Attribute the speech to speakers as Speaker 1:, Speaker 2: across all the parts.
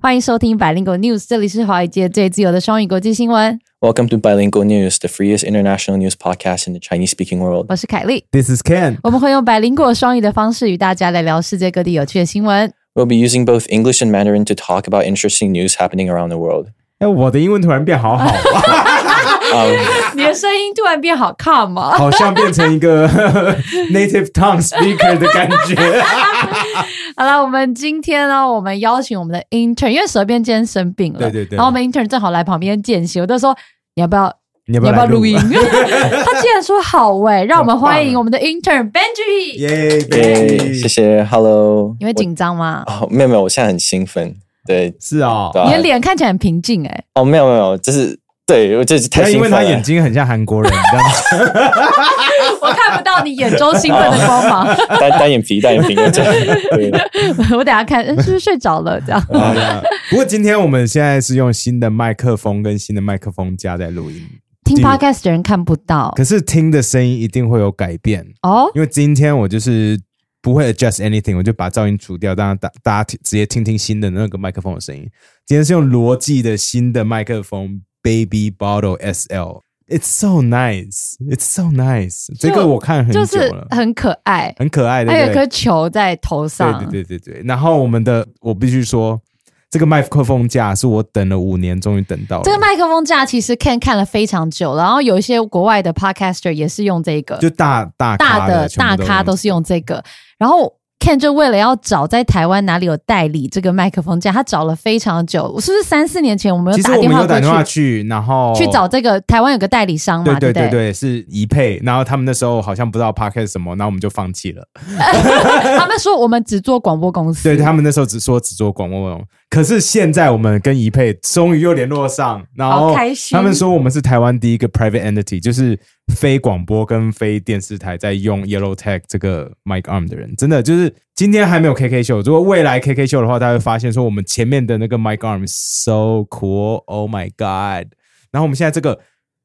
Speaker 1: 欢迎收听百灵狗 News，这里是华语界最自由的双语国际新闻。
Speaker 2: Welcome to Bilingual News, the freest international news podcast in the Chinese speaking world.
Speaker 1: 我是凯莉，
Speaker 3: This is Ken.
Speaker 1: 我们会用百灵果双语的方式与大家来聊世界各地有趣的新闻。
Speaker 2: We'll be using both English and Mandarin to talk about interesting news happening around the world.
Speaker 3: 哎，我的英文突然变好好啊，
Speaker 2: Um,
Speaker 1: 你的声音突然变 好啊看嘛？
Speaker 3: 好像变成一个 native tongue speaker 的感觉。
Speaker 1: 好了，我们今天呢，我们邀请我们的 intern，因为蛇边今天生病了，
Speaker 3: 对对对
Speaker 1: 然后我们 intern 正好来旁边见习，我就说你要不要？
Speaker 3: 你要
Speaker 1: 你要不要
Speaker 3: 来
Speaker 1: 录音？？ 他竟然说好喂、让我们欢迎我们的 intern Benji。
Speaker 3: 耶
Speaker 2: yay,
Speaker 3: ，baby，
Speaker 2: 谢谢，hello。
Speaker 1: 你会紧张吗？
Speaker 2: 我-哦，没有，没有，我现在很兴奋。对，哦，没有，没有，就是-对
Speaker 3: 是啊，
Speaker 1: 你
Speaker 2: 啊
Speaker 1: 的脸看起来很平静哎、
Speaker 3: 他
Speaker 2: 对，我就是太兴奋了。啊
Speaker 3: 因为他眼睛很像韩国人，你知道吗？
Speaker 1: 我看不到你眼中兴奋的光芒。
Speaker 2: 单-单眼皮，单眼皮，我这样。对。
Speaker 1: 我等一下看，嗯，是不是睡着了？这样
Speaker 3: 好的不过今天我们现在是用新的麦克风跟新的麦克风架在录音，
Speaker 1: 听 podcast 的人看不到
Speaker 3: 可是听的声音一定会有改变，
Speaker 1: 哦。
Speaker 3: 因为今天我就是。不会 adjust anything，我就把噪音除掉，让大大家听直接听听新的那个麦克风的声音。今天是用罗技的新的麦克风 Baby Bottle SL。It's so nice, it's so nice。这个我看很久
Speaker 1: 就
Speaker 3: 了，
Speaker 1: 是很哎可爱，
Speaker 3: 很可爱的，
Speaker 1: 还有
Speaker 3: 对不
Speaker 1: 一
Speaker 3: 对
Speaker 1: 颗球在头上。
Speaker 3: 对对对对对。然后我们的，我必须说，这个麦克风架是我等了五年，终于等到了。
Speaker 1: 这个麦克风架其实 Ken 看了非常久，然后有一些国外的 podcaster 也是用这个，
Speaker 3: 就大大
Speaker 1: 大
Speaker 3: 咖
Speaker 1: 的
Speaker 3: 全部
Speaker 1: 大咖都
Speaker 3: 用
Speaker 1: 是用这个。然后 Ken 就为了要找在台湾哪里有代理这个麦克风架，他找了非常久。我是不是三四年前我们
Speaker 3: 其
Speaker 1: 有
Speaker 3: 实
Speaker 1: 打
Speaker 3: 我
Speaker 1: 电
Speaker 3: 们
Speaker 1: 话
Speaker 3: 有打电话
Speaker 1: 过去
Speaker 3: 去，然后
Speaker 1: 去找。这个台湾有个代理商
Speaker 3: 对
Speaker 1: 嘛？
Speaker 3: 对
Speaker 1: 不
Speaker 3: 对对，是宜配，然后他们那时候好像不知道 p o c a s t 什么，然后我们就放 弃了。
Speaker 1: 他们说我们只做广播公司，
Speaker 3: 对他们那时候只说只做广播内容，可是现在我们跟宜配终于又联络上，然
Speaker 1: 好
Speaker 3: 后
Speaker 1: 开心
Speaker 3: 他们说我们是台湾第一个 private entity，就是非广播跟非电视台在用 Yellow Tech 这个 mic arm 的人，真的就是今天还没有 KK 秀，如果未来 KK 秀的话，大家会发现说我们前面的那个 mic arm is so cool，Oh my god！然后我们现在这个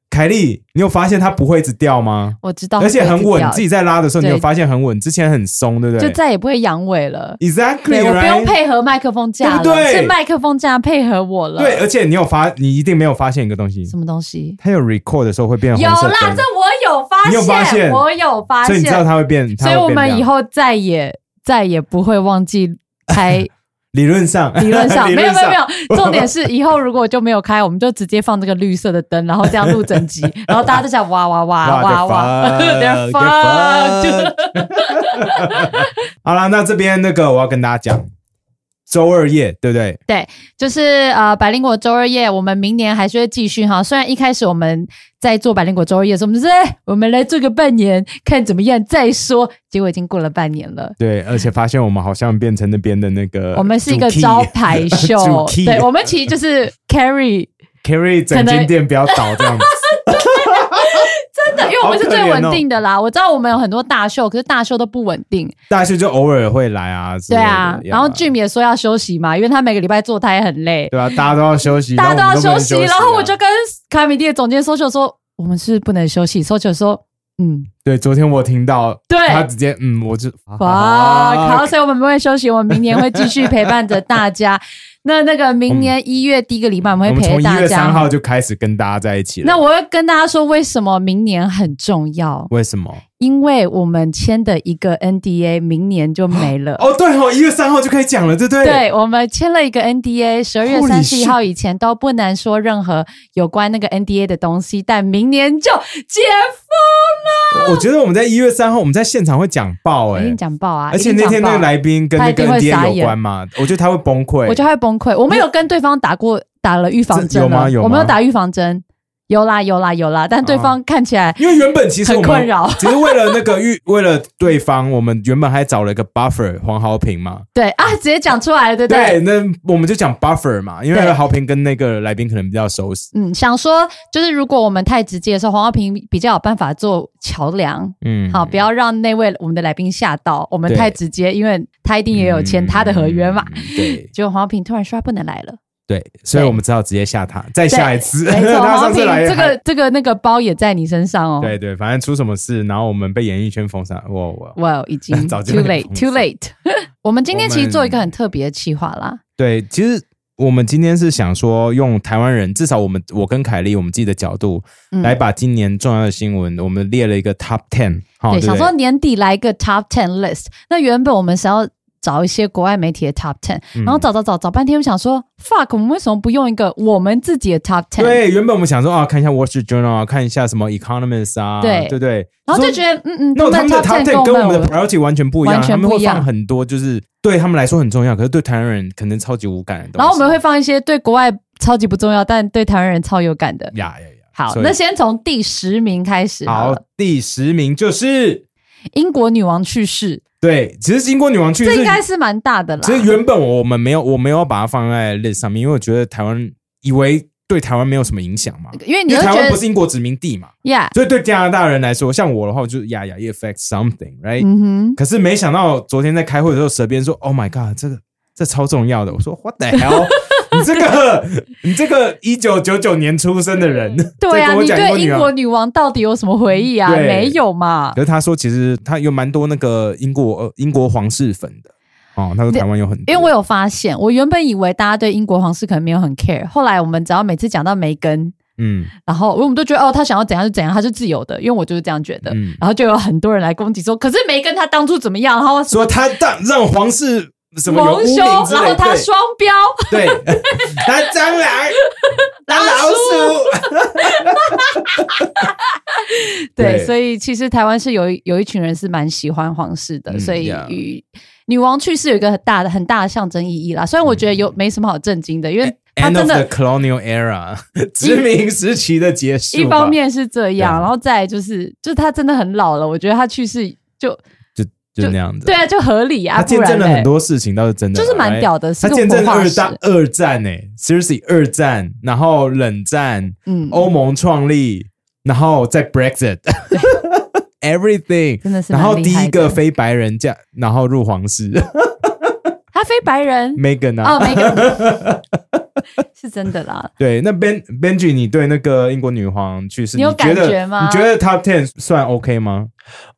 Speaker 3: 凯莉，你有发现它不会一直掉吗？
Speaker 1: 我知道，
Speaker 3: 而且很稳，
Speaker 1: 我
Speaker 3: 自己在拉的时候，你
Speaker 1: 对
Speaker 3: 有发现很稳，之前很松，对不
Speaker 1: 就
Speaker 3: 对？
Speaker 1: 再也不会阳痿了。
Speaker 3: Exactly，
Speaker 1: 对，我不
Speaker 3: right？
Speaker 1: 用配合麦克风架了，
Speaker 3: 对不对
Speaker 1: 是麦克风架配合我了。
Speaker 3: 对，而且你有发，你一定没有发现一个东西，
Speaker 1: 什么东西？
Speaker 3: 它有 record 的时候会变红
Speaker 1: 有
Speaker 3: 色
Speaker 1: 啦，
Speaker 3: 灯
Speaker 1: 这，我有发
Speaker 3: 你有发现
Speaker 1: 我有发
Speaker 3: 所以
Speaker 1: 现
Speaker 3: 你知，道它会变，它
Speaker 1: 所以
Speaker 3: 会变
Speaker 1: 我们
Speaker 3: 亮
Speaker 1: 以后再也再也不会忘记 开。
Speaker 3: 理论上，
Speaker 1: 理论 上没有没有没
Speaker 3: 上，
Speaker 1: 有，重点是以后如果就没有开，我们就直接放这个绿色的灯，然后这样录整 集，然后大家就想哇哇哇哇哇
Speaker 3: 哇
Speaker 1: ，they're
Speaker 3: ，they're
Speaker 1: fun，就
Speaker 3: fucked，they're fucked 好啦，那这边那个我要跟大家讲，周二夜对不对？
Speaker 1: 对，就是呃，百灵果周二夜，我们明年还是会继续哈。虽然一开始我们在做百灵果周二夜的时候，我们就是、哎我们来做个半年，看怎么样再说。结果已经过了半年了。
Speaker 3: 对，而且发现我们好像变成那边的那个，
Speaker 1: 我们是一个招牌秀
Speaker 3: 主，key
Speaker 1: 对，我们其实就是 carry，
Speaker 3: ，Carry 整间店不要倒这样子，
Speaker 1: 真的，因为我们是最
Speaker 3: 好可怜哦
Speaker 1: 稳定的啦。我知道我们有很多大秀，可是大秀都不稳定，
Speaker 3: 大秀就偶尔会来啊，之
Speaker 1: 对
Speaker 3: 类的
Speaker 1: 啊。然后 Jim 也说要休息嘛，因为他每个礼拜做他也很累，
Speaker 3: 对啊，大家都要休息，
Speaker 1: 大
Speaker 3: 然
Speaker 1: 家
Speaker 3: 后
Speaker 1: 都
Speaker 3: 我们不
Speaker 1: 要
Speaker 3: 能
Speaker 1: 休息。
Speaker 3: 息啊，
Speaker 1: 然后我就跟卡米蒂的总监 social 说，我们是不是不能休息。social 说，嗯。
Speaker 3: 对，昨天我听到，
Speaker 1: 对
Speaker 3: 他直接嗯，我就
Speaker 1: 哇，
Speaker 3: 啊
Speaker 1: 好，所以我们不会休息，我们明年会继续陪伴着大 家。那那个明年一月第一个礼拜，我们
Speaker 3: 我
Speaker 1: 会
Speaker 3: 们
Speaker 1: 陪
Speaker 3: 嗯从一
Speaker 1: 大
Speaker 3: 月三号
Speaker 1: 家。
Speaker 3: 就开始跟大家在一起了。
Speaker 1: 那我会跟大家说，为什么明年很重要？
Speaker 3: 为什么？
Speaker 1: 因为我们签的一个 NDA 明年就没了。
Speaker 3: 哦，对哦，一月三号就可以讲了，对不对？
Speaker 1: 对，我们签了一个 NDA，十二月
Speaker 3: Holy
Speaker 1: 三十一号以前都不能说任何有关那个 NDA 的东西，但明年就解封
Speaker 3: 我，我觉得我们在一月三号，我们在现场会讲爆
Speaker 1: 了。
Speaker 3: 哎、
Speaker 1: 我跟你讲爆啊！
Speaker 3: 而且
Speaker 1: 一定
Speaker 3: 那天
Speaker 1: 讲
Speaker 3: 那
Speaker 1: 爆
Speaker 3: 个来宾跟那个
Speaker 1: 他一定会傻
Speaker 3: NDA
Speaker 1: 眼
Speaker 3: 有关嘛，我觉得他会崩溃。
Speaker 1: 我就会崩溃。我们有跟对方打过打了预防针
Speaker 3: 这有吗
Speaker 1: 了
Speaker 3: 有吗啊
Speaker 1: 我们有打预防针，有啦有啦有啦，但对方看起来、
Speaker 3: 因为原本其实我
Speaker 1: 很
Speaker 3: 们
Speaker 1: 困扰
Speaker 3: 其实为了那个预为了对方，我们原本还找了一个 buffer 黄豪平嘛。
Speaker 1: 对啊，直接讲出来了，对不对？
Speaker 3: 对，那我们就讲 buffer 嘛，因
Speaker 1: 对
Speaker 3: 为豪平跟那个来宾可能比较熟悉。
Speaker 1: 嗯，想说就是如果我们太直接的时候，黄浩平比较有办法做桥梁。
Speaker 3: 嗯，
Speaker 1: 好，不要让那位我们的来宾吓到，我们
Speaker 3: 对
Speaker 1: 太直接，因为他一定也有签他的合约嘛。
Speaker 3: 嗯对
Speaker 1: 结果黄浩平突然说他不能来了，
Speaker 3: 对，所以
Speaker 1: 对
Speaker 3: 我们只好直接下他，再下一次。
Speaker 1: 没错，
Speaker 3: 他
Speaker 1: 黄浩
Speaker 3: 上
Speaker 1: 平
Speaker 3: 次来
Speaker 1: 这
Speaker 3: 还
Speaker 1: 个这哦个那个包也在你身上哦。
Speaker 3: 对对，反正出什么事，然后我们被演艺圈封杀，我我
Speaker 1: 哇，已经
Speaker 3: 早
Speaker 1: too
Speaker 3: 就被
Speaker 1: late
Speaker 3: 封
Speaker 1: too
Speaker 3: 杀
Speaker 1: late。我们今天其
Speaker 3: 我
Speaker 1: 实
Speaker 3: 们
Speaker 1: 做一个很特别的企划啦，
Speaker 3: 对，其实我们今天是想说，用台湾人，至少我们我跟凯莉我们自己的角度，
Speaker 1: 嗯
Speaker 3: 来把今年重要的新闻，我们列了一个 top ten，好，
Speaker 1: 对，
Speaker 3: 哦对不
Speaker 1: 想
Speaker 3: 对
Speaker 1: 说年底来个 top ten list。那原本我们想要找一些国外媒体的 top ten，、然
Speaker 3: 嗯
Speaker 1: 后找找找找半天，我想说 fuck，我们为什么不用一个我们自己的 top ten？
Speaker 3: 对，原本我们想说啊，看一下《Wall Street Journal》啊，看一下什么《Economist》啊，
Speaker 1: 对
Speaker 3: 对不对，
Speaker 1: 然后就
Speaker 3: 说
Speaker 1: 觉得嗯嗯，
Speaker 3: 那他们的 top
Speaker 1: top
Speaker 3: ten
Speaker 1: 10够
Speaker 3: 跟我们
Speaker 1: 慢
Speaker 3: 的 priority 完全不一样，
Speaker 1: 完全
Speaker 3: 他们
Speaker 1: 不
Speaker 3: 会
Speaker 1: 一样
Speaker 3: 放很多就是对他们来说很重要，可是对台湾人可能超级无感的东西。
Speaker 1: 然后我们会放一些对国外超级不重要，但对台湾人超有感的。
Speaker 3: 呀呀呀，
Speaker 1: 好，
Speaker 3: 所以
Speaker 1: 那先从第十名开始好
Speaker 3: 好
Speaker 1: 了。
Speaker 3: 第十名就是
Speaker 1: 英国女王去世，
Speaker 3: 对，其实英国女王去世
Speaker 1: 这应该是蛮大的啦。
Speaker 3: 其实原本我们没有，我没有把它放在 list 上面，因为我觉得台湾以为对台湾没有什么影响嘛，
Speaker 1: 因为你
Speaker 3: 因为
Speaker 1: 会
Speaker 3: 台
Speaker 1: 觉
Speaker 3: 湾
Speaker 1: 得
Speaker 3: 不是英国殖民地嘛，
Speaker 1: ，Yeah，
Speaker 3: 所以对加拿大人来说，像我的话，我就是呀呀，it affects something，right？、
Speaker 1: 嗯
Speaker 3: 可是没想到昨天在开会的时候，蛇边说，Oh my god，这个这超重要的，我说 What the hell？你这个你这个一九九九年出生的 人，
Speaker 1: 哼，对
Speaker 3: 在
Speaker 1: 啊，
Speaker 3: 跟我
Speaker 1: 你
Speaker 3: 讲
Speaker 1: 对
Speaker 3: 女
Speaker 1: 英
Speaker 3: 王
Speaker 1: 国女王到底有什么回忆啊？
Speaker 3: 对
Speaker 1: 没有嘛
Speaker 3: 可。是他说，其实他有蛮多那个英国呃英国皇室粉的哦，他说台湾有很多，
Speaker 1: 因为我有发现，我原本以为大家对英国皇室可能没有很 care，后来我们只要每次讲到梅根，
Speaker 3: 嗯
Speaker 1: 然后我们都觉得哦，他想要怎样就怎样，他是自由的，因为我就是这样觉得。
Speaker 3: 嗯，
Speaker 1: 然后就有很多人来攻击说，可是梅根他当初怎么样？然后
Speaker 3: 说他让让皇室什么有污
Speaker 1: 蒙
Speaker 3: 名
Speaker 1: 羞，
Speaker 3: 之类
Speaker 1: 然后他
Speaker 3: 对
Speaker 1: 双标，
Speaker 3: 对， 拿蟑 螂，拿老鼠，
Speaker 1: 对，
Speaker 3: 对
Speaker 1: 所以其实台湾是有一有一群人是蛮喜欢皇室的，
Speaker 3: 嗯
Speaker 1: 所以
Speaker 3: yeah
Speaker 1: 与女王去世有一个很大的很大的象征意义啦。虽然我觉得有没什么好震惊的，因为他
Speaker 3: 嗯 End
Speaker 1: 真
Speaker 3: of
Speaker 1: 的
Speaker 3: the colonial era，殖 民时期的结束吧。
Speaker 1: 一方面是这样，
Speaker 3: 对啊
Speaker 1: 然后再来就是就是他真的很老了，我觉得他去世就
Speaker 3: 就就那样子，
Speaker 1: 对啊，就合理啊，
Speaker 3: 他见
Speaker 1: 不然
Speaker 3: 证了
Speaker 1: 嘞
Speaker 3: 很，多事情，倒是真的，
Speaker 1: 就是蛮
Speaker 3: right？
Speaker 1: 屌的，是
Speaker 3: 他
Speaker 1: 个
Speaker 3: 见证
Speaker 1: 文
Speaker 3: 了
Speaker 1: 化
Speaker 3: 二
Speaker 1: 史。
Speaker 3: 战，二战呢、s e r i o u s l y 二战，然后冷战，
Speaker 1: 嗯，
Speaker 3: 欧盟创立，然后在 Brexit，everything，
Speaker 1: 真的是蛮
Speaker 3: 然后
Speaker 1: 厉
Speaker 3: 第
Speaker 1: 害
Speaker 3: 一
Speaker 1: 的
Speaker 3: 个非白人嫁，然后入皇室
Speaker 1: 他非白人
Speaker 3: ，Megan 啊，
Speaker 1: 哦，没个 是真的啦。
Speaker 3: 对，那 Ben Benji，你对那个英国女皇去世，
Speaker 1: 你有
Speaker 3: 觉得
Speaker 1: 感觉吗
Speaker 3: 你觉得 Top Ten 算 OK 吗？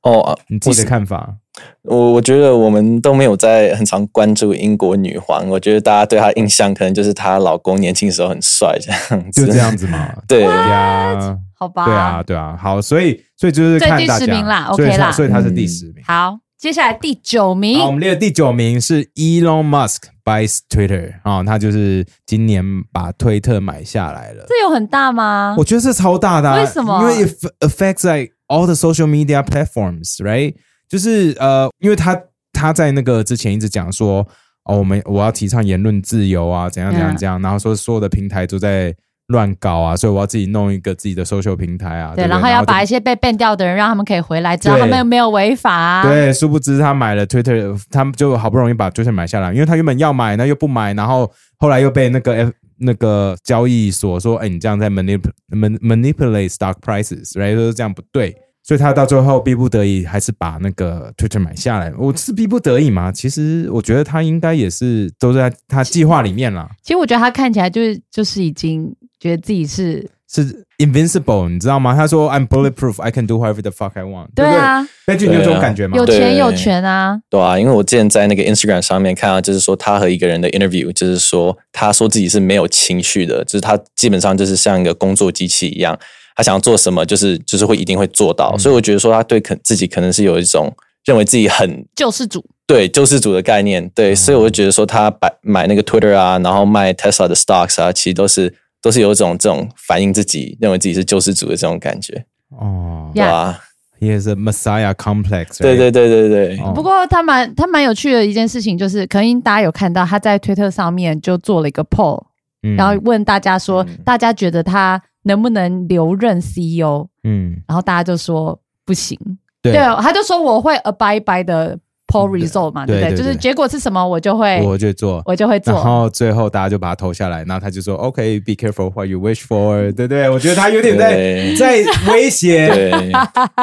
Speaker 2: 哦，啊
Speaker 3: 你自己的看法？
Speaker 2: 我我觉得我们都没有在很常关注英国女皇，我觉得大家对她印象可能就是她老公年轻时候很帅这样子，
Speaker 3: 就这样子 嘛？
Speaker 2: 对，
Speaker 3: 呀，
Speaker 1: 好吧，
Speaker 3: 对啊，，对啊，好，所以所以就是看大
Speaker 1: 对第十
Speaker 3: 家
Speaker 1: 名啦
Speaker 3: 所以
Speaker 1: OK 啦
Speaker 3: 他所以他是第十名。
Speaker 1: 好，接下来第九名
Speaker 3: 好，我，们列的第九名是 Elon Musk buys Twitter 啊、他就是今年把推特买下来了。
Speaker 1: 这有很大吗
Speaker 3: 我？觉得是超大的啊、
Speaker 1: 为什么
Speaker 3: 因为 it affects like all the social media platforms, right？就是呃，因为他他在那个之前一直讲说，哦，我们我要提倡言论自由啊，怎样怎样
Speaker 1: 嗯
Speaker 3: 怎样，然后说所有的平台都在乱搞啊，所以我要自己弄一个自己的 social 平台啊，
Speaker 1: 对，
Speaker 3: 对不对，
Speaker 1: 然后要把一
Speaker 3: 就。
Speaker 1: 些被 ban 掉的人，让他们可以回来，只要他们有没有违法啊。
Speaker 3: 对，殊不知他买了 Twitter，他们就好不容易把 Twitter 买下来，因为他原本要买，那又不买，然后后来又被那个 F 那个交易所说，哎，你这样在 manip man manipulate stock prices，right？就是这样不对，所以他到最后逼不得已还是把那个 Twitter 买下来。我是逼不得已嘛，其实我觉得他应该也是都在他计划里面啦，
Speaker 1: 其实我觉得他看起来就是就是已经觉得自己是
Speaker 3: 是 invincible，你知道吗？他说 I'm bulletproof，I can do whatever the fuck I want，对不对？
Speaker 1: 啊，
Speaker 3: b e n j 你有这
Speaker 2: 对
Speaker 3: 种
Speaker 2: 啊
Speaker 3: 感觉吗？
Speaker 1: 有
Speaker 2: 对
Speaker 1: 钱有权啊，
Speaker 2: 对啊，因为我之前在那个 Instagram 上面看到，就是说他和一个人的 interview，就是说他说自己是没有情绪的，就是他基本上就是像一个工作机器一样，他想要做什么，就是就是会一定会做到。所以我觉得说他对可自己可能是有一种认为自己很
Speaker 1: 救世主。
Speaker 2: 对救世主的概念，对，所以我就觉得说他买买那个 Twitter 啊，然后卖 Tesla 的 stocks 啊，其实都是都是有一种这种反映自己认为自己是救世主的这种感觉，
Speaker 3: 哦
Speaker 2: 对
Speaker 1: Yeah
Speaker 2: 吧、
Speaker 3: ，He has a messiah complex，
Speaker 2: 对
Speaker 3: right？
Speaker 2: 对对对对，
Speaker 3: 哦
Speaker 1: 不过他蛮他蛮有趣的一件事情，就是可能大家有看到他在推特上面就做了一个 poll，
Speaker 3: 嗯
Speaker 1: 然后问大家说，
Speaker 2: 嗯
Speaker 1: 大家觉得他能不能留任 CEO？
Speaker 3: 嗯，
Speaker 1: 然后大家就说不行，
Speaker 3: 对，
Speaker 1: 他就说我会 abide by 的 poll result 嘛，
Speaker 3: 对
Speaker 1: 不对？
Speaker 3: 对
Speaker 1: 就
Speaker 3: 对
Speaker 1: 是结果是什么，我就会
Speaker 3: 我就做。
Speaker 1: 哎我就会
Speaker 3: 然
Speaker 1: 做。
Speaker 3: 后最后大家就把他投下来，然后他就说：“OK，be、careful what you wish for。”对不对？我觉得他有点在
Speaker 2: 对
Speaker 3: 在威胁。
Speaker 2: 对。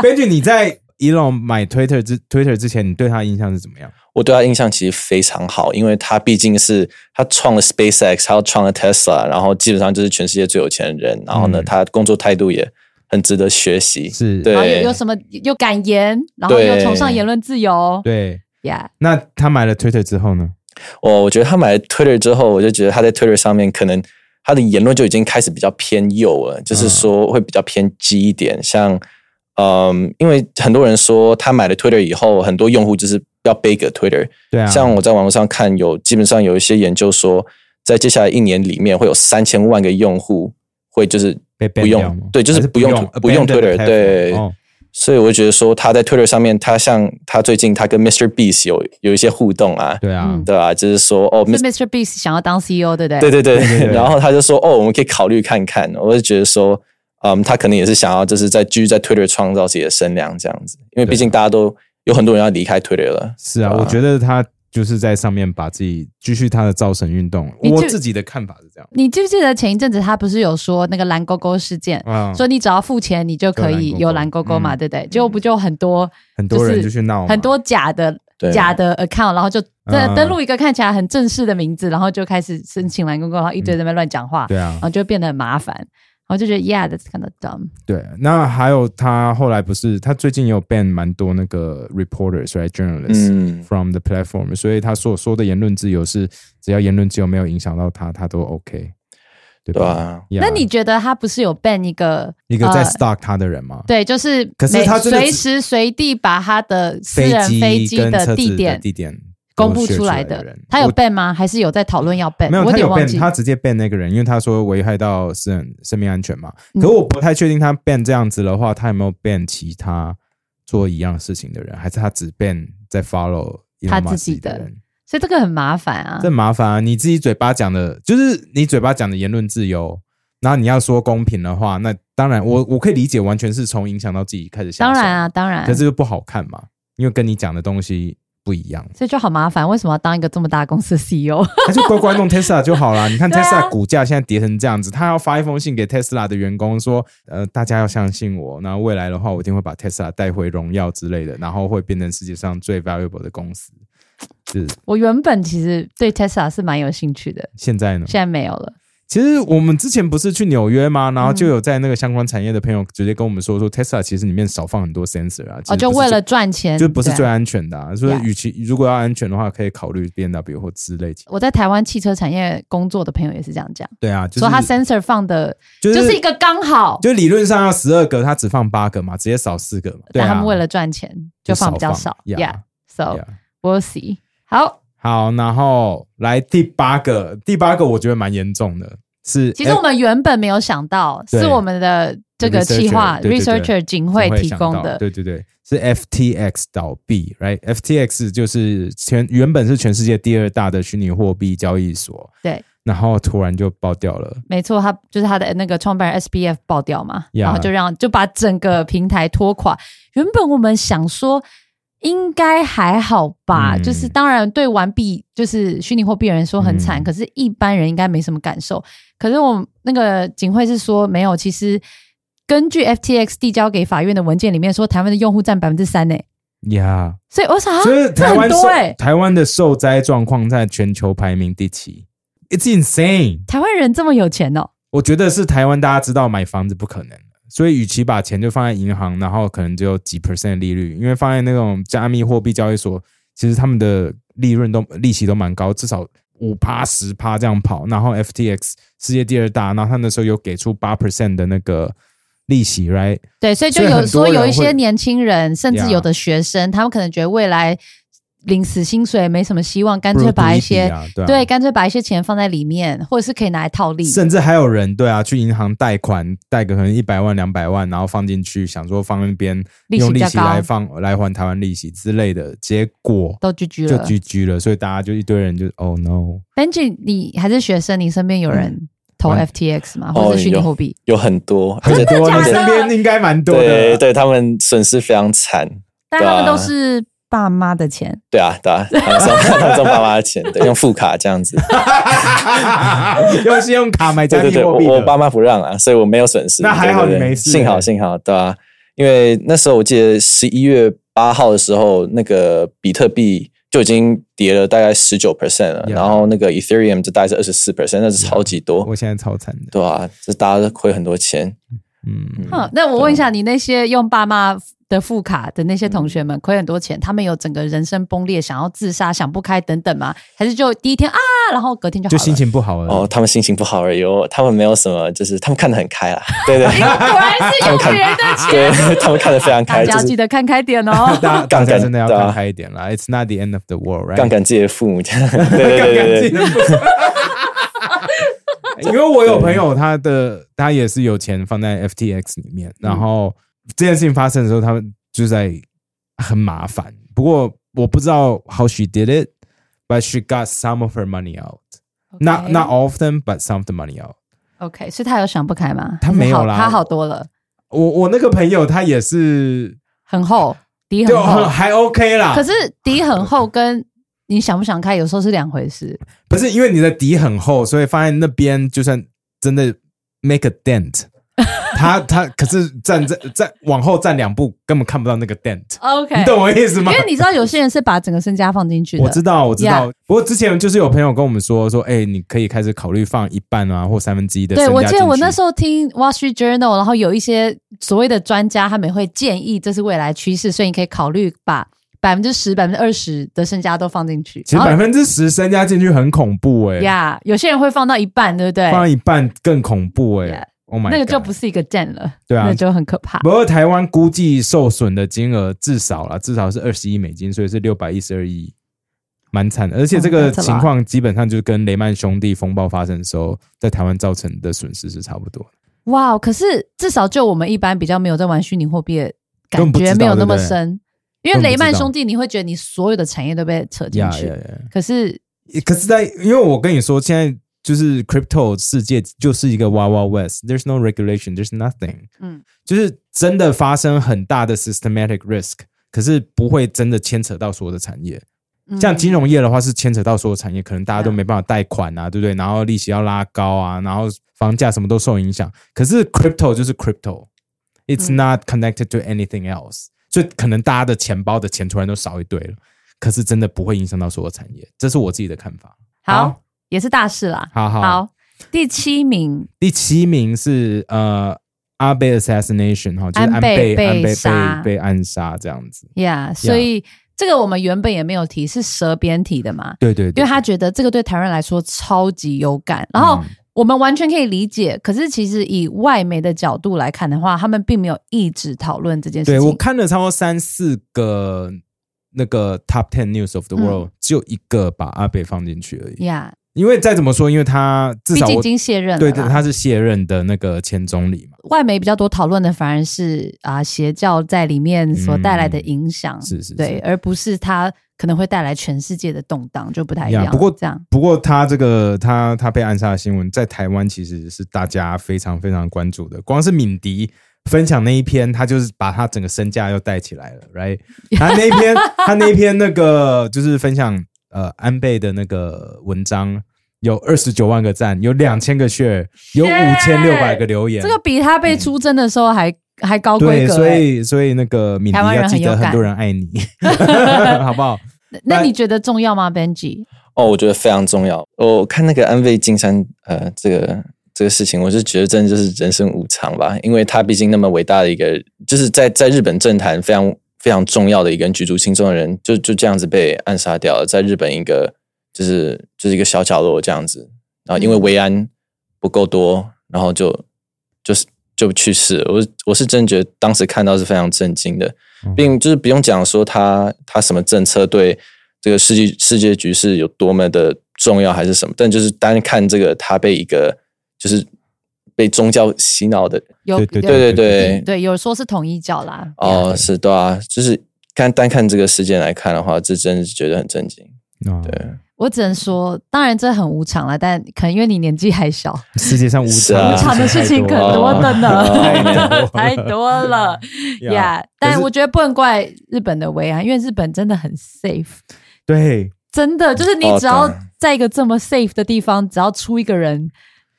Speaker 3: 根据你在 Elon 买 Twitter 之 Twitter 之前，你对他的印象是怎么样？
Speaker 2: 我对他印象其实非常好，因为他毕竟是他创了 SpaceX，他又创了 Tesla，然后基本上就是全世界最有钱的人。然后呢，
Speaker 3: 嗯
Speaker 2: 他工作态度也很值得学习。
Speaker 3: 是，
Speaker 2: 对
Speaker 1: 然后又有什么又敢言，然后
Speaker 2: 对
Speaker 1: 又崇尚言论自由
Speaker 3: 对。
Speaker 1: ，Yeah，
Speaker 3: 那他买了 Twitter 之后呢？
Speaker 2: 我我觉得他买了 Twitter 之后，我就觉得他在 Twitter 上面可能他的言论就已经开始比较偏右了，
Speaker 3: 嗯
Speaker 2: 就是说会比较偏激一点。像嗯，因为很多人说他买了 Twitter 以后，很多用户就是要背个 Twitter。
Speaker 3: 对啊，
Speaker 2: 像我在网络上看有，基本上有一些研究说，在接下来一年里面会有三千万个用户会就是
Speaker 3: 被 ban
Speaker 2: 不
Speaker 3: 掉吗
Speaker 2: 用，对，就是
Speaker 3: 还是
Speaker 2: 不用不用
Speaker 3: abandon the
Speaker 2: Twitter，
Speaker 3: platform
Speaker 2: 对，
Speaker 3: 哦
Speaker 2: 所以我觉得说他在 Twitter 上面，他像他最近他跟 Mr. Beast 有有一些互动啊，
Speaker 3: 对啊
Speaker 1: 嗯，
Speaker 2: 对啊，就是说哦
Speaker 1: 是
Speaker 2: ，Mr.
Speaker 1: Mr. Beast 想要当 CEO，对不对？
Speaker 2: 对对对
Speaker 3: 对对，对
Speaker 2: 然后他就说哦，我们可以考虑看看。我就觉得说，嗯，他可能也是想要就是在继续在 Twitter 创造自己的声量这样子，因为毕竟大家都有很多人要离开 Twitter 了。
Speaker 3: 是啊，
Speaker 2: 对啊
Speaker 3: 我觉得他就是在上面把自己继续他的造神运动。
Speaker 1: 你就
Speaker 3: 我自己的看法是这样
Speaker 1: 你记不记得前一阵子他不是有说那个蓝勾勾事件？
Speaker 3: 啊，
Speaker 1: 嗯说你只要付钱，你就可以有蓝勾勾嘛，
Speaker 3: 嗯
Speaker 1: 对不对？结果不就很多
Speaker 3: 很多人
Speaker 1: 就
Speaker 3: 就是去闹嘛，
Speaker 1: 很多假的
Speaker 2: 对
Speaker 1: 假的 account，然后就
Speaker 3: 嗯
Speaker 1: 登登录一个看起来很正式的名字，然后就开始申请蓝勾勾，然后一堆人在那边乱讲话，
Speaker 3: 嗯对啊
Speaker 1: 然，后就变得很麻烦，然后就觉得 yeah that's kind of dumb。
Speaker 3: 对，那还有他后来不是他最近也有 ban 蛮多那个 reporters right journalists、
Speaker 2: 嗯
Speaker 3: from the platform，所以他所说的言论自由是只要言论自由没有影响到他，他都 OK，对
Speaker 2: 对
Speaker 3: 吧？
Speaker 2: 啊，
Speaker 3: Yeah，
Speaker 1: 那你觉得他不是有 ban 一个
Speaker 3: 一个在
Speaker 1: 呃
Speaker 3: stalk 他的人吗？
Speaker 1: 对，就是
Speaker 3: 可是
Speaker 1: 每
Speaker 3: 他真的
Speaker 1: 随
Speaker 3: 只
Speaker 1: 时随地把他的私
Speaker 3: 飞
Speaker 1: 人飞
Speaker 3: 机
Speaker 1: 机
Speaker 3: 跟车
Speaker 1: 的
Speaker 3: 子
Speaker 1: 地点
Speaker 3: 地点
Speaker 1: 公布
Speaker 3: 都
Speaker 1: 出
Speaker 3: share 出
Speaker 1: 来
Speaker 3: 的
Speaker 1: 的
Speaker 3: 人，，
Speaker 1: 他有
Speaker 3: 我
Speaker 1: ban 吗？还是有在讨论要 ban？
Speaker 3: 没有，
Speaker 1: 我有
Speaker 3: 他
Speaker 1: 点
Speaker 3: 有
Speaker 1: 忘记
Speaker 3: ban，。他直接 ban 那个人，因为他说危害到私人生命安全嘛。
Speaker 1: 嗯
Speaker 3: 可我不太确定他 ban 这样子的话，他有没有 ban 其他做一样事情的人，还是他只 ban 在 follow
Speaker 1: 他
Speaker 3: Elon
Speaker 1: 自己
Speaker 3: Musk 的
Speaker 1: 的嗯
Speaker 3: 人？
Speaker 1: 所以这个很麻烦啊。
Speaker 3: 这麻烦、啊，你自己嘴巴讲的，就是你嘴巴讲的言论自由，然后你要说公平的话，那当然我我可以理解，完全是从影响到自己开始下手。
Speaker 1: 当然啊，，当然
Speaker 3: 可。是就不好看嘛，因为跟你讲的东西不一样。
Speaker 1: 所以就好麻烦，为什么要当一个这么大公司的 E CEO？
Speaker 3: 他就乖乖弄 Tesla 就好啦。你看
Speaker 1: 对啊
Speaker 3: Tesla 股价现在跌成这样子，他要发一封信给 Tesla 的员工说，呃，大家要相信我，然后未来的话，我一定会把 Tesla 带回荣耀之类的，然后会变成世界上最 valuable 的公司。是
Speaker 1: 我原本其实对 Tesla 是蛮有兴趣的，
Speaker 3: 现在呢？
Speaker 1: 现在没有了。
Speaker 3: 其实我们之前不是去纽约吗？然后就有在那个相关产业的朋友直接跟我们说，说 Tesla 其实里面少放很多 sensor 啊，其实
Speaker 1: 哦，就
Speaker 3: 不是
Speaker 1: 为了
Speaker 3: 最。
Speaker 1: 赚钱，
Speaker 3: 就不是
Speaker 1: 对
Speaker 3: 最安全的、啊，所以
Speaker 1: Yeah
Speaker 3: 与其如果要安全的话，可以考虑 B N W 或之类。
Speaker 1: 我在台湾汽车产业工作的朋友也是这样讲，
Speaker 3: 对啊，就是
Speaker 1: 说他 sensor 放的
Speaker 3: 就
Speaker 1: 就是是一个刚好，
Speaker 3: 就理论上要十二个，他只放八个嘛，直接少四个嘛。对
Speaker 1: 但
Speaker 3: 啊，
Speaker 1: 他们为了赚钱就放比较少。
Speaker 3: 就少放
Speaker 1: Yeah, 哦 so
Speaker 3: Yeah
Speaker 1: we'll see. 好，
Speaker 3: 好，然后来第八个，第八个我觉得蛮严重的，是
Speaker 1: 其实我们原本没有想到，
Speaker 3: 哎对
Speaker 1: 是我们的这个
Speaker 3: Researcher，
Speaker 1: 企划
Speaker 3: 对对对
Speaker 1: researcher 景
Speaker 3: 会
Speaker 1: 惠提供的。
Speaker 3: 对对对，是 FTX 倒闭，right？FTX 就是全原本是全世界第二大的虚拟货币交易所，
Speaker 1: 对，
Speaker 3: 然后突然就爆掉了。
Speaker 1: 没错，他就是他的那个创办人 SBF 爆掉嘛
Speaker 3: Yeah
Speaker 1: 然后就让就把整个平台拖垮。原本我们想说应该还好吧，
Speaker 3: 嗯
Speaker 1: 就是当然对玩币就是虚拟货币的人说很惨，
Speaker 3: 嗯
Speaker 1: 可是一般人应该没什么感受。可是我那个警会是说没有，其实根据 FTX 递交给法院的文件里面说，台湾的用户占百分之三呢，
Speaker 3: 呀、
Speaker 1: 所以我想、啊、
Speaker 3: 所以
Speaker 1: 这
Speaker 3: 台
Speaker 1: 很
Speaker 3: 湾受、
Speaker 1: 多哎、
Speaker 3: 台湾的受灾状况在全球排名第七，It's insane。
Speaker 1: 台湾人这么有钱哦，
Speaker 3: 我觉得是台湾大家知道买房子不可能的，所以与其把钱就放在银行，然后可能只有几 percent 利率，因为放在那种加密货币交易所，其实他们的利润都利息都蛮高，至少五趴十趴这样跑。然后 FTX 世界第二大，然后他那时候有给出八 percent 的那个利息，right？
Speaker 1: 对，所以就
Speaker 3: 所以
Speaker 1: 有
Speaker 3: 很多
Speaker 1: 说
Speaker 3: 人
Speaker 1: 有一些
Speaker 3: 会
Speaker 1: 年轻人，甚至
Speaker 3: Yeah
Speaker 1: 有的学生他们可能觉得未来领死薪水没什么希望，干
Speaker 3: 不如
Speaker 1: 脆把
Speaker 3: 赌
Speaker 1: 一
Speaker 3: 笔
Speaker 1: 些
Speaker 3: 啊对啊
Speaker 1: 对，干脆把一些钱放在里面，或者是可以拿来套利。
Speaker 3: 甚至还有人对啊，去银行贷款，贷个可能一百万、两百万，然后放进去，想说放一边
Speaker 1: 利息
Speaker 3: 用
Speaker 1: 比
Speaker 3: 利
Speaker 1: 较
Speaker 3: 息来
Speaker 1: 高
Speaker 3: 放来还台湾利息之类的，结果
Speaker 1: 都 GG
Speaker 3: 就
Speaker 1: 了
Speaker 3: GG 了，所以大家就一堆人就 Oh no，
Speaker 1: ，Benji，你还是学生，你身边有人投
Speaker 3: 嗯
Speaker 1: FTX 吗？
Speaker 2: 哦
Speaker 1: 或者虚拟
Speaker 2: 有
Speaker 1: 货币？
Speaker 2: 有很多，而且
Speaker 3: 很多啊
Speaker 1: 假
Speaker 3: 你
Speaker 1: 的
Speaker 3: 身边应该蛮多
Speaker 2: 对
Speaker 3: 的。
Speaker 2: 对，他们损失非常惨。
Speaker 1: 但
Speaker 2: 对
Speaker 1: 他
Speaker 2: 啊
Speaker 1: 们都是爸妈的钱，
Speaker 2: 对啊，对啊，他们送 他们送爸妈的钱，对，用副卡这样 子。
Speaker 3: 又是 用卡买加
Speaker 2: 对对
Speaker 3: 密
Speaker 2: 对，
Speaker 3: 货
Speaker 2: 我
Speaker 3: 币
Speaker 2: 我
Speaker 3: 的
Speaker 2: 爸，妈不让啊，所以我没有损失。
Speaker 3: 那还好
Speaker 2: 对对
Speaker 3: 你
Speaker 2: 对
Speaker 3: 没事
Speaker 2: 幸好
Speaker 3: 欸
Speaker 2: 幸好，对啊，因为那时候我记得十一月八号的时候，那个比特币就已经跌了大概十九 percent 了
Speaker 3: Yeah
Speaker 2: 然后那个 Ethereum 就大概是二十四 percent，那是超级多
Speaker 3: 我现在超惨的，
Speaker 2: 对啊，这大家都亏很多钱。
Speaker 3: 嗯，
Speaker 1: 哼，那我问一下，你那些用爸妈的副卡的
Speaker 3: 嗯
Speaker 1: 那些同学们亏很多钱，他们有整个人生崩裂，想要自杀、想不开等等吗？还是就第一天啊，然后隔天就好
Speaker 3: 就
Speaker 1: 了？
Speaker 3: 心情不好了。
Speaker 2: 哦，他们心情不好而已哦，他们没有什么，就是他们看得很开啦，啊对 对，
Speaker 1: 果然是
Speaker 2: 他
Speaker 1: 有
Speaker 2: 们看
Speaker 1: 别 人的钱，
Speaker 2: 对他们看得非常
Speaker 1: 大
Speaker 3: 哎
Speaker 2: 开，就
Speaker 1: 家
Speaker 2: 是
Speaker 1: 记得看开 点哦。
Speaker 3: 大家大
Speaker 2: 杠
Speaker 3: 家
Speaker 2: 杆
Speaker 3: 真的要
Speaker 2: 对啊
Speaker 3: 看开一点啦。It's not the end of the world, right？
Speaker 2: 杠杆自己的父母，这样 对对对对 对。
Speaker 3: 因为我有朋友，他的他也是有钱放在 FTX 里面，然后这件事情发生的时候，他们就在很麻烦。不过我不知道 how she did it, but she got some of her money out. Not not all of them, but some of the money out.
Speaker 1: OK，所以他有想不开吗？
Speaker 3: 他没有啦
Speaker 1: 还是好他好多了，
Speaker 3: 我我那个朋友他也是，
Speaker 1: 很厚，底很
Speaker 3: 就
Speaker 1: 厚。
Speaker 3: 还 OK 啦。
Speaker 1: 可是底很厚跟你想不想开有时候是两回事。
Speaker 3: 不是因为你的底很厚，所以放在那边就算真的 make a dent，他他可是站在站往后站两步，根本看不到那个 dent。
Speaker 1: OK，
Speaker 3: 你懂我意思
Speaker 1: 因
Speaker 3: 吗？
Speaker 1: 为你知道有些人是把整个身家放进去的。
Speaker 3: 我知道，我知道。不过之前就是有朋友跟我们说，说，哎、你可以开始考虑放一半啊，或三分之一的身
Speaker 1: 对，
Speaker 3: 家
Speaker 1: 我记得
Speaker 3: 进
Speaker 1: 我
Speaker 3: 去
Speaker 1: 那时候听《Wall Street Journal》，然后有一些所谓的专家，他们也会建议这是未来趋势，所以你可以考虑把百分之十、百分之二十的身家都放进去。
Speaker 3: 其实
Speaker 1: 然后
Speaker 3: 百分之十身家进去很恐怖哎、
Speaker 1: 呀有些人会放到一半，对不对？
Speaker 3: 放一半更恐怖哎、
Speaker 1: Yeah
Speaker 3: Oh my，
Speaker 1: 那个就
Speaker 3: God
Speaker 1: 不是一个 den 了，
Speaker 3: 对啊
Speaker 1: 那就很可怕。
Speaker 3: 不过台湾估计受损的金额至少啦，至少是二十亿美金，所以是六百一十二亿，哦蛮惨的。而且这
Speaker 1: 嗯
Speaker 3: 个
Speaker 1: ，that's a lot
Speaker 3: 情况基本上就是跟雷曼兄弟风暴发生的时候，在台湾造成的损失是差不多。
Speaker 1: 哇可是至少就我们一般比较没有在玩虚拟货币的，
Speaker 3: 根本
Speaker 1: 感
Speaker 3: 不知
Speaker 1: 觉
Speaker 3: 道
Speaker 1: 没有那么
Speaker 3: 对不对
Speaker 1: 深。因为
Speaker 3: 根本
Speaker 1: 雷
Speaker 3: 不
Speaker 1: 曼
Speaker 3: 知道
Speaker 1: 兄弟，你会觉得你所有的产业都被扯进
Speaker 3: 呀
Speaker 1: 去，
Speaker 3: 呀呀！
Speaker 1: 可是
Speaker 3: 可是在，因为我跟你说，现在就是 crypto 世界就是一个 wild wild west，there's no regulation，there's nothing，
Speaker 1: 嗯，
Speaker 3: 就是真的发生很大的 systematic risk，可是不会真的牵扯到所有的产业。
Speaker 1: 嗯
Speaker 3: 像金融业的话，是牵扯到所有产业，可能大家都
Speaker 1: 嗯
Speaker 3: 没办法贷款啊，对不对？然后利息要拉高啊，然后房价什么都受影响。可是 crypto 就是 crypto，it's
Speaker 1: 嗯
Speaker 3: not connected to anything else，、所以可能大家的钱包的钱突然都少一堆了，可是真的不会影响到所有产业，这是我自己的看法。
Speaker 1: 好也是大事啦。
Speaker 3: 好好
Speaker 1: 好，第七名
Speaker 3: 第七名是呃阿贝 assassination 哈，就是
Speaker 1: 安
Speaker 3: 安
Speaker 1: 倍
Speaker 3: 倍
Speaker 1: 被
Speaker 3: 安倍
Speaker 1: 杀
Speaker 3: 被被暗杀这样子。
Speaker 1: 呀所以这个我们原本也没有提，是蛇编题的嘛，
Speaker 3: 对对
Speaker 1: 因
Speaker 3: 对
Speaker 1: 为，他觉得这个对台湾人来说超级有感，然后
Speaker 3: 嗯
Speaker 1: 我们完全可以理解。可是其实以外媒的角度来看的话，他们并没有一直讨论这件事
Speaker 3: 对我
Speaker 1: 情。
Speaker 3: 看了差不多三四个那个 top ten news of
Speaker 1: 嗯
Speaker 3: the world，、只有一个把阿贝放进去而已。
Speaker 1: 呀
Speaker 3: 因为再怎么说，因为他至
Speaker 1: 毕
Speaker 3: 少
Speaker 1: 竟已
Speaker 3: 我
Speaker 1: 经卸任了
Speaker 3: 对
Speaker 1: 啦，
Speaker 3: 对，他是卸任的那个前总理嘛，
Speaker 1: 外媒比较多讨论的反而是啊、邪教在里面所带来的影响，
Speaker 3: 是是是
Speaker 1: 对，而不是它可能会带来全世界的动荡，就不太一样。
Speaker 3: 呀不过
Speaker 1: 这样，
Speaker 3: 不过他这个他他被暗杀的新闻，在台湾其实是大家非常非常关注的。光是敏迪分享那一篇，他就是把他整个身价又带起来了，right？他 那一篇他那一篇那个就是分享呃安倍的那个文章。有二十九万个赞，有两千个 share，有五千六百个留言。
Speaker 1: 这个比他被出征的时候还、还高规
Speaker 3: 对，
Speaker 1: 格、
Speaker 3: 所
Speaker 1: 欸
Speaker 3: 以所以那个敏迪
Speaker 1: 台湾人
Speaker 3: 要记
Speaker 1: 很有
Speaker 3: 得很
Speaker 1: 感
Speaker 3: 多人 爱你，好不好？
Speaker 1: 那
Speaker 3: 那
Speaker 1: 你觉得重要吗，Benji？
Speaker 2: 哦，我觉得非常重要。我看那个安倍晋三，呃，这个这个事情，我是觉得真的就是人生无常吧，因为他毕竟那么伟大的一个，就是在在日本政坛非常非常重要的一个人，举足轻重的人，就就这样子被暗杀掉了，在日本一个就是就是一个小角落这样子，然后因为维安不够多，然后就就是就去世了。我是我是真的觉得当时看到是非常震惊的，
Speaker 3: 嗯
Speaker 2: 并就是不用讲说他他什么政策对这个世界世界局势有多么的重要还是什么，但就是单看这个他被一个就是被宗教洗脑的，
Speaker 1: 有
Speaker 3: 对对
Speaker 1: 有
Speaker 2: 对对
Speaker 1: 对
Speaker 2: 对，
Speaker 1: 对，有说是统一教啦。
Speaker 2: 哦，是对啊，就是看单看这个事件来看的话，这真的是觉得很震惊。
Speaker 3: 啊
Speaker 2: 对，
Speaker 1: 我只能说，当然这很无常啦，但可能因为你年纪还小，
Speaker 3: 世界上无
Speaker 2: 是
Speaker 3: 常
Speaker 2: 啊
Speaker 1: 无常嗯的事情可多的 呢，
Speaker 3: 哦
Speaker 1: 太多了。呀、但我觉得不能怪日本的维安，因为日本真的很 safe，
Speaker 3: 对，
Speaker 1: 真的就是你
Speaker 2: 哦
Speaker 1: 只要
Speaker 2: 当然
Speaker 1: 在一个这么 safe 的地方，只要出一个人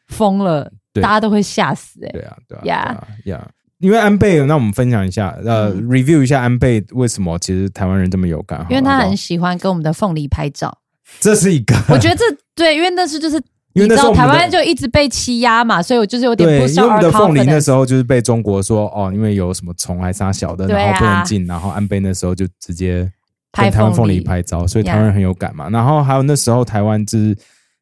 Speaker 1: 疯了，
Speaker 3: 对
Speaker 1: 大家都会吓死、欸。
Speaker 3: 对啊，对啊，对
Speaker 1: Yeah
Speaker 3: 啊，Yeah。因为安倍，那我们分享一下，呃、
Speaker 1: 嗯
Speaker 3: r e v i e w 一下安倍为什么其实台湾人这么有感，好
Speaker 1: 因为他
Speaker 3: 好不好
Speaker 1: 很喜欢跟我们的凤梨拍照，
Speaker 3: 这是一个，
Speaker 1: 我觉得这对，因为那是就是
Speaker 3: 因为
Speaker 1: 你
Speaker 3: 那
Speaker 1: 知
Speaker 3: 时候
Speaker 1: 道
Speaker 3: 我
Speaker 1: 台
Speaker 3: 们的
Speaker 1: 湾就一直被欺压嘛，所以我就是有点
Speaker 3: 对，
Speaker 1: 不
Speaker 3: 因为我
Speaker 1: sure
Speaker 3: 们的凤梨那
Speaker 1: confidence。
Speaker 3: 时候就是被中国说哦，因为有什么虫还杀小的，
Speaker 1: 对啊
Speaker 3: 然后不能进，然后安倍那时候就直接
Speaker 1: 拍
Speaker 3: 跟台湾
Speaker 1: 凤
Speaker 3: 凤
Speaker 1: 梨
Speaker 3: 梨拍照，所以
Speaker 1: Yeah
Speaker 3: 台湾人很有感嘛。然后还有那时候台湾就是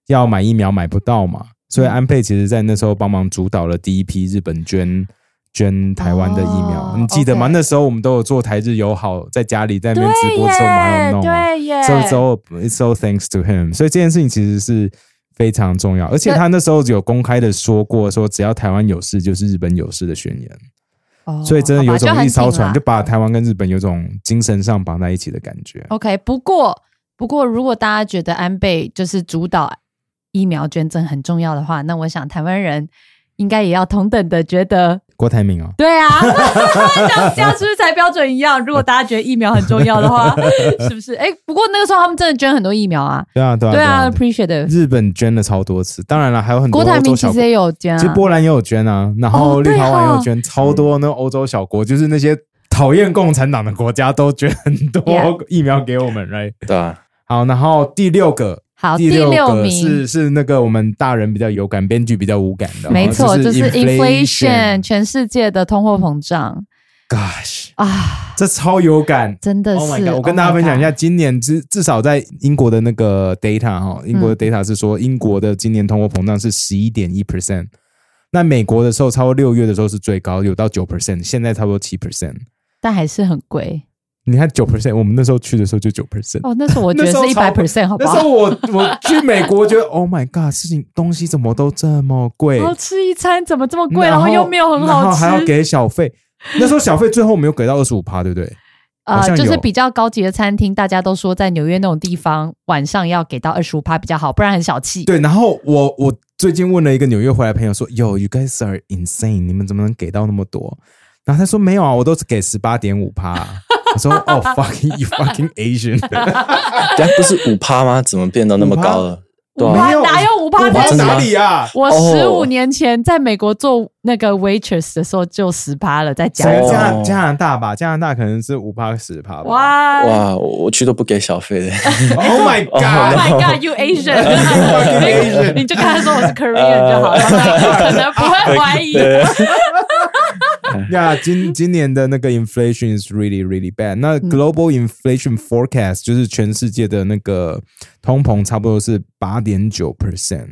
Speaker 3: 要买疫苗买不到嘛，所
Speaker 1: 嗯
Speaker 3: 以安倍其实在那时候帮忙主导了第一批日本捐。捐台湾的疫苗，
Speaker 1: 哦
Speaker 3: 你记得吗
Speaker 1: OK
Speaker 3: 那时候我们都有做台日友好，在家里在那
Speaker 1: 对
Speaker 3: 边直播的时候，我们还有
Speaker 1: 耶，
Speaker 3: 弄、啊。
Speaker 1: 对耶，
Speaker 3: So it's all it's all thanks to him。所以这件事情其实是非常重要，而且
Speaker 1: 那
Speaker 3: 他那时候有公开的说过，说只要台湾有事，就是日本有事的宣言。
Speaker 1: 哦
Speaker 3: 所以真的
Speaker 1: 好吧
Speaker 3: 有种
Speaker 1: 就很啊
Speaker 3: 一艘
Speaker 1: 挺啦
Speaker 3: 船，就把台湾跟日本有种精神上绑在一起的感觉。
Speaker 1: OK，不过不过，如果大家觉得安倍就是主导疫苗捐赠很重要的话，那我想台湾人应该也要同等的觉得，
Speaker 3: 郭台铭哦，
Speaker 1: 对啊， 这样这样是不是才标准一样？如果大家觉得疫苗很重要的 话，是不是？哎、不过那个时候他们真的捐很多疫苗啊，
Speaker 3: 对啊，对啊，
Speaker 1: 对啊
Speaker 3: 啊。
Speaker 1: ，appreciate。
Speaker 3: 日本捐了超多次，当然了，还有很多
Speaker 1: 郭台
Speaker 3: 欧
Speaker 1: 铭
Speaker 3: 洲
Speaker 1: 其
Speaker 3: 小
Speaker 1: 实
Speaker 3: 国。
Speaker 1: 也有捐、啊，
Speaker 3: 其实波兰也有捐啊，然后
Speaker 1: 哦
Speaker 3: 立
Speaker 1: 对
Speaker 3: 陶宛也
Speaker 1: 哦
Speaker 3: 有捐，超多那欧洲小国，就是那些讨厌共产党的国家都捐很
Speaker 1: Yeah
Speaker 3: 多疫苗给我们，right？
Speaker 2: 对啊，
Speaker 3: 好，然后第六个
Speaker 1: 好，
Speaker 3: 第
Speaker 1: 哦第
Speaker 3: 六
Speaker 1: 六
Speaker 3: 个
Speaker 1: 名
Speaker 3: 是是那个我们大人比较有感，编剧比较无感的，哦
Speaker 1: 没错，
Speaker 3: 就
Speaker 1: 就是 inflation，全世界的通货膨胀
Speaker 3: Gosh，
Speaker 1: 啊，
Speaker 3: 这超有感。
Speaker 1: 真的是。
Speaker 3: Oh my god！我跟大家
Speaker 1: Oh my
Speaker 3: 分享一下，
Speaker 1: god，
Speaker 3: 今年至至少在英国的那个 data 哈，
Speaker 1: 嗯
Speaker 3: 英国的 data 是说英国的今年通货膨胀是十一点一 percent，那美国的时候超过六月的时候是最高，有到九 percent，现在差不多七 percent。
Speaker 1: 但还是很贵。
Speaker 3: 你看九 percent，我们那时候去的时候就九 percent。
Speaker 1: 哦，那时候我觉
Speaker 3: 那
Speaker 1: 得
Speaker 3: 时候
Speaker 1: 是一
Speaker 3: 超
Speaker 1: 百 percent，好不
Speaker 3: 那时
Speaker 1: 好
Speaker 3: 候？我我去美国，觉得 Oh my God，事情东西怎么都这么贵，
Speaker 1: 然后吃一餐怎么这么贵，
Speaker 3: 然
Speaker 1: 然
Speaker 3: 后
Speaker 1: 后又没有很
Speaker 3: 然后
Speaker 1: 好
Speaker 3: 还要
Speaker 1: 吃，
Speaker 3: 给小费。那时候小费最后我们有给到二十五趴，对不对？好
Speaker 1: 呃，
Speaker 3: 像
Speaker 1: 就是
Speaker 3: 有
Speaker 1: 比较高级的餐厅，大家都说在纽约那种地方晚上要给到二十五趴比较好，不然很小气。
Speaker 3: 对。然后我我最近问了一个纽约回来的朋友说，Yo, you guys are insane，你们怎么能给到那么多？然后他说没有啊，我都只给十八点五趴。 我说哦、fucking you fucking Asian，
Speaker 2: 但不是五趴吗？怎么变到那么高了？对
Speaker 1: 五
Speaker 2: 啊
Speaker 1: 趴，哪有五趴
Speaker 3: 五趴
Speaker 1: 的
Speaker 2: 真？的吗
Speaker 3: 哪里啊？
Speaker 1: 我十
Speaker 2: 哦
Speaker 1: 五年前在美国做那个 waitress 的时候就十趴了，在加
Speaker 3: 加
Speaker 2: 哦
Speaker 3: 加加拿大吧，加拿大可能是五趴十趴吧。
Speaker 1: 哇，Oh
Speaker 2: 哇，我我去都不给小费的。
Speaker 3: ，Oh my God！
Speaker 1: my God，you Asian，
Speaker 3: Asian 呃
Speaker 1: 你就跟他说我是 Korean 就好了，可能不 会怀疑。
Speaker 2: 对
Speaker 3: 呀、今今年的那个 inflation is really really bad。那
Speaker 1: 嗯
Speaker 3: global inflation forecast 就是全世界的那个通膨差不多是八点九 percent，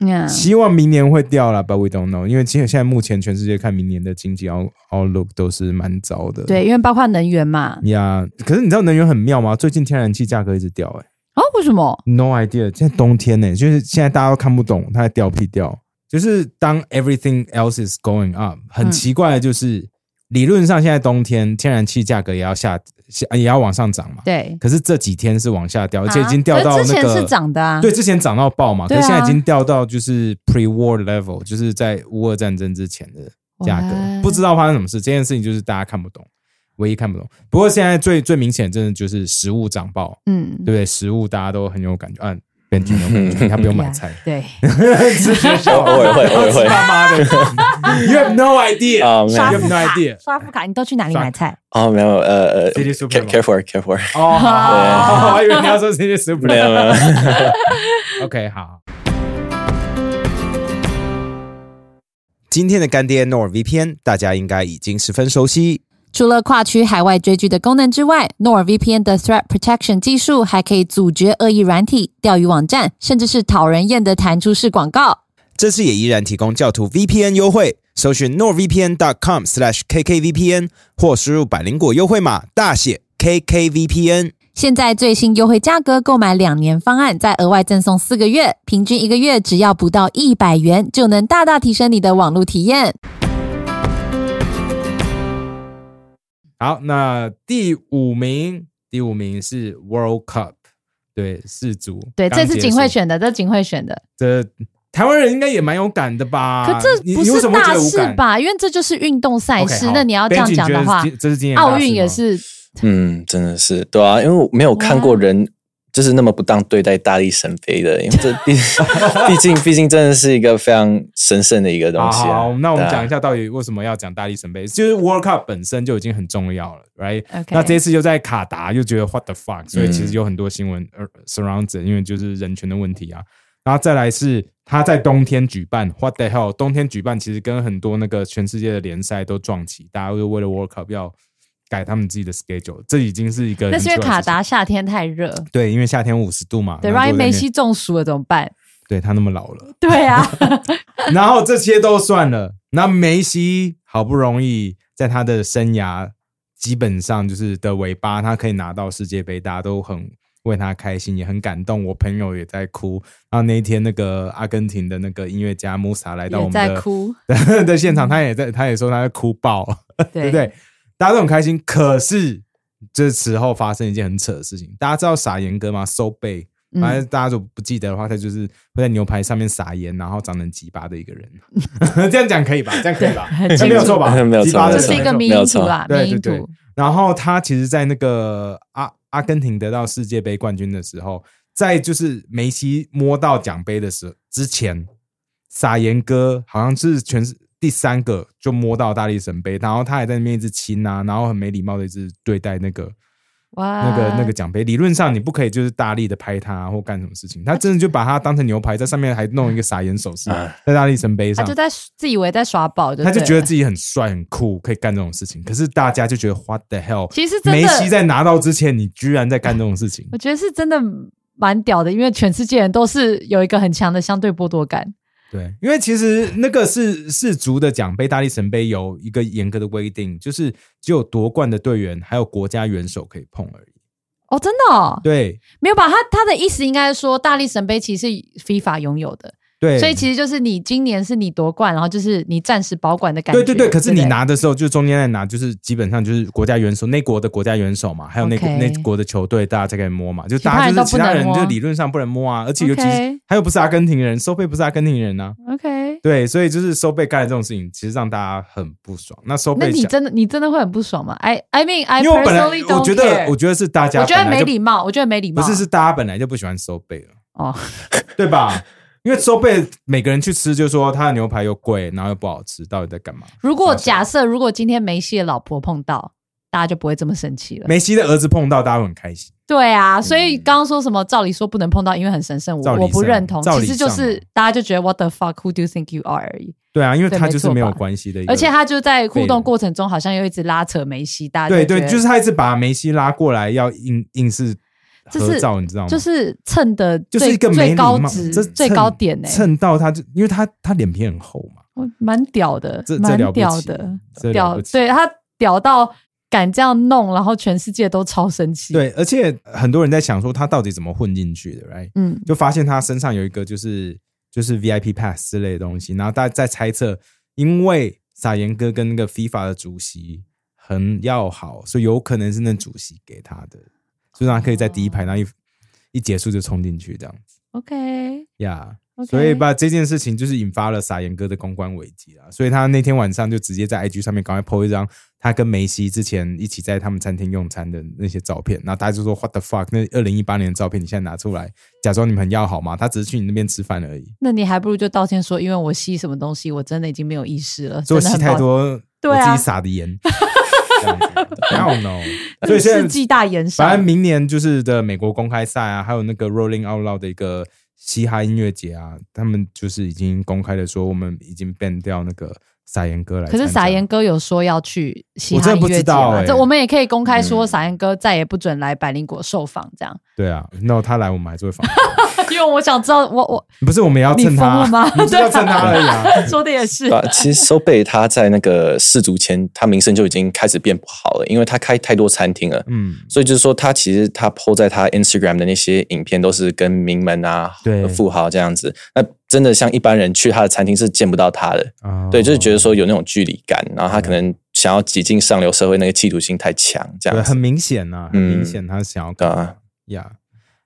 Speaker 1: 嗯
Speaker 3: 希望明年会掉了，but we don't know。因为其实现在目前全世界看明年的经济 out outlook 都是蛮糟的。
Speaker 1: 对，因为包括能源嘛。
Speaker 3: 呀可是你知道能源很妙吗？最近天然气价格一直掉、欸，
Speaker 1: 哦，为什么？
Speaker 3: No idea，现在冬天呢、就是现在大家都看不懂它在掉屁掉。就是当 everything else is going up，很
Speaker 1: 嗯
Speaker 3: 奇怪的就是，理论上现在冬天天然气价格也要下下也要往上涨嘛，
Speaker 1: 对，
Speaker 3: 可是这几天是往下掉，而且已经掉到
Speaker 1: 啊可
Speaker 3: 那
Speaker 1: 是之前
Speaker 3: 个、
Speaker 1: 是涨的啊，
Speaker 3: 对，之前涨到爆嘛，可
Speaker 1: 对啊
Speaker 3: 是现在已经掉到就是 pre war level，就是在乌俄战争之前的价格
Speaker 1: What？，
Speaker 3: 不知道发生什么事，这件事情就是大家看不懂，唯一看不懂。不过现在最最明显，真的就是食物涨爆，
Speaker 1: 嗯，
Speaker 3: 对不对？食物大家都很有感觉，嗯、啊，编剧很有感觉，他不用 买菜，
Speaker 1: 对，
Speaker 3: 直接
Speaker 2: 对，
Speaker 3: 笑
Speaker 2: 偶尔嗯哦会，偶尔 会。
Speaker 3: 他哦妈的，You have no idea，
Speaker 2: 啊，没
Speaker 1: 刷
Speaker 2: 有
Speaker 1: 副
Speaker 3: You have no
Speaker 1: 卡
Speaker 3: idea，
Speaker 1: 刷副卡，你都去哪里买菜？
Speaker 2: 啊，没有，呃呃
Speaker 3: City
Speaker 2: care
Speaker 3: Supermarket
Speaker 2: care for care for，
Speaker 3: 哦，好好 好我还以为你要说 City
Speaker 2: 没有
Speaker 3: Super，OK，
Speaker 2: 没有。
Speaker 3: 好。今天的干爹 NordVPN，大家应该已经十分熟悉。
Speaker 1: 除了跨区海外追剧的功能之外，NordVPN 的 Threat Protection 技术还可以阻绝恶意软体、钓鱼网站，甚至是讨人厌的弹出式广告。
Speaker 3: 这次也依然提供教徒 VPN 优惠，搜寻 nordvpn.com/kkvpn 或输入百灵果优惠码大写 KKVPN。
Speaker 1: 现在最新优惠价格，购买两年方案，再额外赠送四个月，平均一个月只要不到一百元，就能大大提升你的网络体验。
Speaker 3: 好，那第五名，第五名是 World Cup，对，世足。
Speaker 1: 对，
Speaker 3: 刚
Speaker 1: 这
Speaker 3: 结
Speaker 1: 是
Speaker 3: 束
Speaker 1: 景惠，选的，这是景惠选的，
Speaker 3: 这台湾人应该也蛮有感的吧？
Speaker 1: 可这
Speaker 3: 啊你
Speaker 1: 不
Speaker 3: 你为
Speaker 1: 是
Speaker 3: 什么会觉
Speaker 1: 大
Speaker 3: 得无
Speaker 1: 事
Speaker 3: 感
Speaker 1: 吧？因为这就是运动赛
Speaker 3: OK，
Speaker 1: 事
Speaker 3: 好。
Speaker 1: 那你要这样讲的话
Speaker 3: 编，辑你觉得这是今年
Speaker 1: 奥运也是
Speaker 2: 嗯，真的是对啊，因为我没有看过人就是那么不当对待大力神杯的，因为这 毕毕竟毕竟真的是一个非常神圣的一个东
Speaker 3: 好
Speaker 2: 西啊、
Speaker 3: 好好，那我们
Speaker 2: 对啊
Speaker 3: 讲一下到底为什么要讲大力神杯，就是 World Cup 本身就已经很重要了，right？
Speaker 1: OK
Speaker 3: 那这一次又在卡达，又觉得 What the
Speaker 2: 嗯
Speaker 3: fuck，所以其实有很多新闻呃 surround，it，因为就是人权的问题啊。然后再来是他在冬天举办，What the hell？冬天举办其实跟很多那个全世界的联赛都撞齐，大家都为了 World Cup 要改他们自己的 schedule，这已经是一个
Speaker 1: 那
Speaker 3: 很
Speaker 1: 是
Speaker 3: 奇
Speaker 1: 因为
Speaker 3: 怪的事情。
Speaker 1: 卡达夏天太热，
Speaker 3: 对，因为夏天五十度嘛，
Speaker 1: 对，
Speaker 3: 然后
Speaker 1: 万一
Speaker 3: 都在
Speaker 1: 梅
Speaker 3: 那边
Speaker 1: 西中暑了怎么办？
Speaker 3: 对他那么老了，
Speaker 1: 对 啊，
Speaker 3: 然后这些都算了，那梅西好不容易在他的生涯基本上就是的尾巴，他可以拿到世界杯，大家都很为他开心，也很感动。我朋友也在哭。然后那一天，那个阿根廷的那个音乐家穆萨来到我
Speaker 1: 也
Speaker 3: 们
Speaker 1: 在
Speaker 3: 的
Speaker 1: 哭， 嗯
Speaker 3: 的现场，他也在，他也说他在哭爆，对
Speaker 1: 对
Speaker 3: 不对？大家都很开心。可是这时候发生一件很扯的事情，大家知道撒盐哥吗？收贝。
Speaker 1: 嗯
Speaker 3: 反正大家如果不记得的话，他就是会在牛排上面撒盐，然后长成鸡巴的一 个人。这样讲可以吧？这样可以吧？
Speaker 1: 很
Speaker 3: 哎
Speaker 1: 清
Speaker 3: 没有
Speaker 1: 楚
Speaker 3: 错吧？
Speaker 2: 没有错
Speaker 3: 鸡巴
Speaker 1: 这
Speaker 2: 没
Speaker 3: 的
Speaker 2: 有
Speaker 1: 是
Speaker 2: 错
Speaker 1: 一个
Speaker 2: 没
Speaker 1: 迷
Speaker 2: 有
Speaker 1: 因
Speaker 2: 错
Speaker 1: 图啦，
Speaker 3: 对
Speaker 1: 迷因
Speaker 3: 对
Speaker 1: 图，
Speaker 3: 然后他其实，在那个阿阿根廷得到世界杯冠军的时候，在就是梅西摸到奖杯的时候之前，撒盐哥好像是全是第三个就摸到大力神杯，然后他还在那边一直亲啊，然后很没礼貌的一直对待那个
Speaker 1: 哇，
Speaker 3: 那个那个奖杯。理论上你不可以就是大力的拍他或干什么事情，
Speaker 1: 啊
Speaker 3: 他真的就把他当成牛排，在上面还弄一个撒盐手势
Speaker 2: 啊，
Speaker 3: 在大力神杯
Speaker 1: 他
Speaker 3: 上
Speaker 1: 就。在自以为在耍宝，
Speaker 3: 他就觉
Speaker 1: 得
Speaker 3: 得自己很帅很酷，可以干这种事情。可是大家就觉得 What the hell？
Speaker 1: 其实真
Speaker 3: 梅西
Speaker 1: 的，
Speaker 3: 在拿到之前，你居然在干这种事情
Speaker 1: 我，觉得是真的蛮屌的，因为全世界人都是有一个很强的相对剥夺感，
Speaker 3: 对，因为其实那个是世足的奖杯、大力神杯有一个严格的规定，就是只有夺冠的队员还有国家元首可以碰而已。
Speaker 1: 哦，真的哦，
Speaker 3: 对
Speaker 1: 没有吧？他他的意思应该是说，大力神杯其实是 FIFA 拥有的，
Speaker 3: 对，
Speaker 1: 所以其实就是你今年是你夺冠，然后就是你暂时保管的感觉。
Speaker 3: 对对对，可是
Speaker 1: 不
Speaker 3: 你拿的时候，就中间在拿，就是基本上就是国家元首那国的国家元首嘛，还有那国
Speaker 1: OK
Speaker 3: 那国的球队，大家才可以摸嘛。就
Speaker 1: 其他
Speaker 3: 大家就
Speaker 1: 人
Speaker 3: 是
Speaker 1: 都
Speaker 3: 其
Speaker 1: 不
Speaker 3: 他
Speaker 1: 能
Speaker 3: 人
Speaker 1: 摸
Speaker 3: 就理论上不能摸啊，而且尤其是
Speaker 1: OK
Speaker 3: 他又不是啊阿根廷人，收费不是阿根廷人啊。
Speaker 1: OK。
Speaker 3: 对，所以就是收贝干的这种事情，其实让大家很不爽。那收
Speaker 1: 那
Speaker 3: 贝
Speaker 1: 你
Speaker 3: 想，
Speaker 1: 真的你真的会很不爽吗？I I mean I
Speaker 3: 因为我本来
Speaker 1: personally don't
Speaker 3: 我觉得
Speaker 1: care
Speaker 3: 我觉得是大家
Speaker 1: 我觉得
Speaker 3: 本来
Speaker 1: 没
Speaker 3: 就
Speaker 1: 礼貌，我觉得没礼
Speaker 3: 不
Speaker 1: 貌。
Speaker 3: 是是大家本来就不喜欢收贝了，
Speaker 1: 哦，
Speaker 3: 对吧？因为收贝每个人去吃就说他的牛排又贵，然后又不好吃，到底在干嘛？
Speaker 1: 如果假设如果今天梅西的老婆碰到，大家就不会这么生气了。
Speaker 3: 梅西的儿子碰到大家会很开心，
Speaker 1: 对啊，所以刚刚说什么照理说不能碰到，因为很神圣，
Speaker 3: 嗯照
Speaker 1: 我
Speaker 3: 理
Speaker 1: 我不
Speaker 3: 上
Speaker 1: 认同。
Speaker 3: 照
Speaker 1: 其
Speaker 3: 理
Speaker 1: 实就
Speaker 3: 上
Speaker 1: 是
Speaker 3: 嘛
Speaker 1: 大家就觉得 What the fuck? Who do you think you are? 而已。
Speaker 3: 对啊，因为
Speaker 1: 对
Speaker 3: 他
Speaker 1: 没
Speaker 3: 就是
Speaker 1: 错
Speaker 3: 没有
Speaker 1: 吧
Speaker 3: 关系的一个，
Speaker 1: 而且他就在互
Speaker 3: 对
Speaker 1: 动过程中，好像又一直拉扯梅西，大家
Speaker 3: 对
Speaker 1: 觉
Speaker 3: 对，
Speaker 1: 得
Speaker 3: 就是他一直把梅西拉过来要硬硬是
Speaker 1: 这
Speaker 3: 合
Speaker 1: 是
Speaker 3: 照，你知道吗？
Speaker 1: 就是蹭的最
Speaker 3: 就是一个没
Speaker 1: 最
Speaker 3: 礼
Speaker 1: 高
Speaker 3: 貌，
Speaker 1: 值、
Speaker 3: 这
Speaker 1: 最
Speaker 3: 蹭
Speaker 1: 高点欸呢、
Speaker 3: 蹭到他就因为他他脸皮很厚嘛。
Speaker 1: 我蛮屌的
Speaker 3: 这，这
Speaker 1: 蛮
Speaker 3: 了不
Speaker 1: 屌
Speaker 3: 起
Speaker 1: 的，，
Speaker 3: 这了
Speaker 1: 屌
Speaker 3: 不起。
Speaker 1: 对他屌到敢这样弄，然后全世界都超生气。，
Speaker 3: 对，而且很多人在想说他到底怎么混进去的，right？
Speaker 1: 嗯，
Speaker 3: 就发现他身上有一个就是就是 VIP pass 之类的东西，然后大家在猜测，因为撒盐哥跟那个 FIFA 的主席很要好，所以有可能是那主席给他的，所以让他可以在第一排，然后一一结束就冲进去这样子
Speaker 1: OK，
Speaker 3: 呀。Yeah
Speaker 1: OK
Speaker 3: 所以把这件事情就是引发了撒盐哥的公关危机啊，所以他那天晚上就直接在 IG 上面赶快 po 一张他跟梅西之前一起在他们餐厅用餐的那些照片，然后大家就说 What the fuck？那二零一八年的照片你现在拿出来，假装你们很要好吗？他只是去你那边吃饭而已，
Speaker 1: 那你还不如就道歉说，因为我吸什么东西，我真的已经没有意识 了，
Speaker 3: 所以
Speaker 1: 真的
Speaker 3: 吸
Speaker 1: 很
Speaker 3: 太
Speaker 1: 抱歉。
Speaker 3: 多，
Speaker 1: 对
Speaker 3: 我
Speaker 1: 啊
Speaker 3: 自己撒 的盐。这样子 I don't know，所以
Speaker 1: 世
Speaker 3: 现在
Speaker 1: 纪大延
Speaker 3: 反
Speaker 1: 烧
Speaker 3: 正，明年就是的美国公开赛啊，还有那个 Rolling Out Loud 的一个嘻哈音乐节啊，他们就是已经公开的说，我们已经 ban 掉那个撒盐歌来参
Speaker 1: 可
Speaker 3: 加。
Speaker 1: 是撒盐哥有说要去嘻
Speaker 3: 我真
Speaker 1: 哈
Speaker 3: 的
Speaker 1: 音
Speaker 3: 不知
Speaker 1: 乐节
Speaker 3: 道
Speaker 1: 嘛？
Speaker 3: 欸
Speaker 1: 这我们也可以公开说，
Speaker 2: 嗯
Speaker 1: 撒盐哥再也不准来百灵果受访，这样。
Speaker 3: 对啊，那他来我们还是会访，
Speaker 1: 因为我想知道，我 我
Speaker 3: 不是我们也要
Speaker 1: 你
Speaker 3: 蹭
Speaker 1: 疯
Speaker 3: 他
Speaker 1: 了
Speaker 3: 啊，
Speaker 1: 吗？
Speaker 3: 你就要蹭他而已啊。
Speaker 1: 说的也是
Speaker 2: 对。啊，其实收贝他在那个世足前，他名声就已经开始变不好了，因为他开太多餐厅了。
Speaker 3: 嗯，
Speaker 2: 所以就是说，他其实他 PO 在他 Instagram 的那些影片，都是跟名门啊
Speaker 3: 对、
Speaker 2: 富豪这样子。那真的像一般人去他的餐厅是见不到他的，
Speaker 3: 哦
Speaker 2: 对，就是觉得说有那种距离感，然后他可能想要挤进上流社会，那个企图心太强，这
Speaker 3: 对，
Speaker 2: 样
Speaker 3: 很
Speaker 2: 子。
Speaker 3: 明显呐、啊，很明显他想要干
Speaker 2: 对
Speaker 3: 嘛
Speaker 2: 啊
Speaker 3: 呀。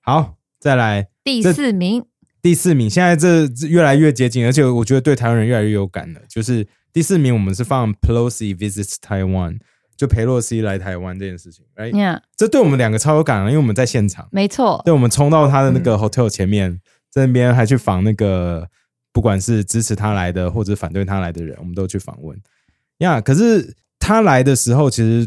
Speaker 3: 好，再来
Speaker 1: 第四名，
Speaker 3: 第四名，现在这这越来越接近，而且我觉得对台湾人越来越有感了。就是第四名，我们是放 Pelosi visits Taiwan，就佩洛西来台湾这件事情。哎、
Speaker 1: 呀，
Speaker 3: 这对我们两个超有感啊了，因为我们在现场，
Speaker 1: 没错，
Speaker 3: 对我们冲到他的那个 hotel 前面，在那边还去访那个，不管是支持他来的或者反对他来的人，我们都去访问。呀、可是他来的时候，其实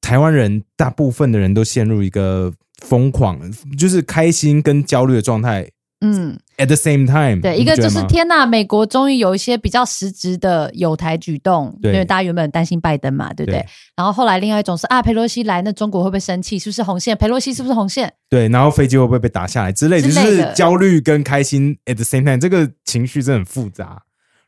Speaker 3: 台湾人大部分的人都陷入一个疯狂，就是开心跟焦虑的状态
Speaker 1: 嗯，
Speaker 3: at the same time，
Speaker 1: 对，
Speaker 3: 你
Speaker 1: 一
Speaker 3: 不
Speaker 1: 个
Speaker 3: 觉
Speaker 1: 就
Speaker 3: 得
Speaker 1: 是
Speaker 3: 吗
Speaker 1: 天呐，美国终于有一些比较实质的有台举动，
Speaker 3: 对
Speaker 1: 因为大家原本很担心拜登嘛，对不对？
Speaker 3: 对
Speaker 1: 然后后来另外一种是啊，佩洛西来，那中国会不会生气？是不是红线？佩洛西是不是红线？
Speaker 3: 对，然后飞机会不会被打下来之类的，
Speaker 1: 之类
Speaker 3: 就
Speaker 1: 的
Speaker 3: 是焦虑跟开心 at the same time，这个情绪真的很复杂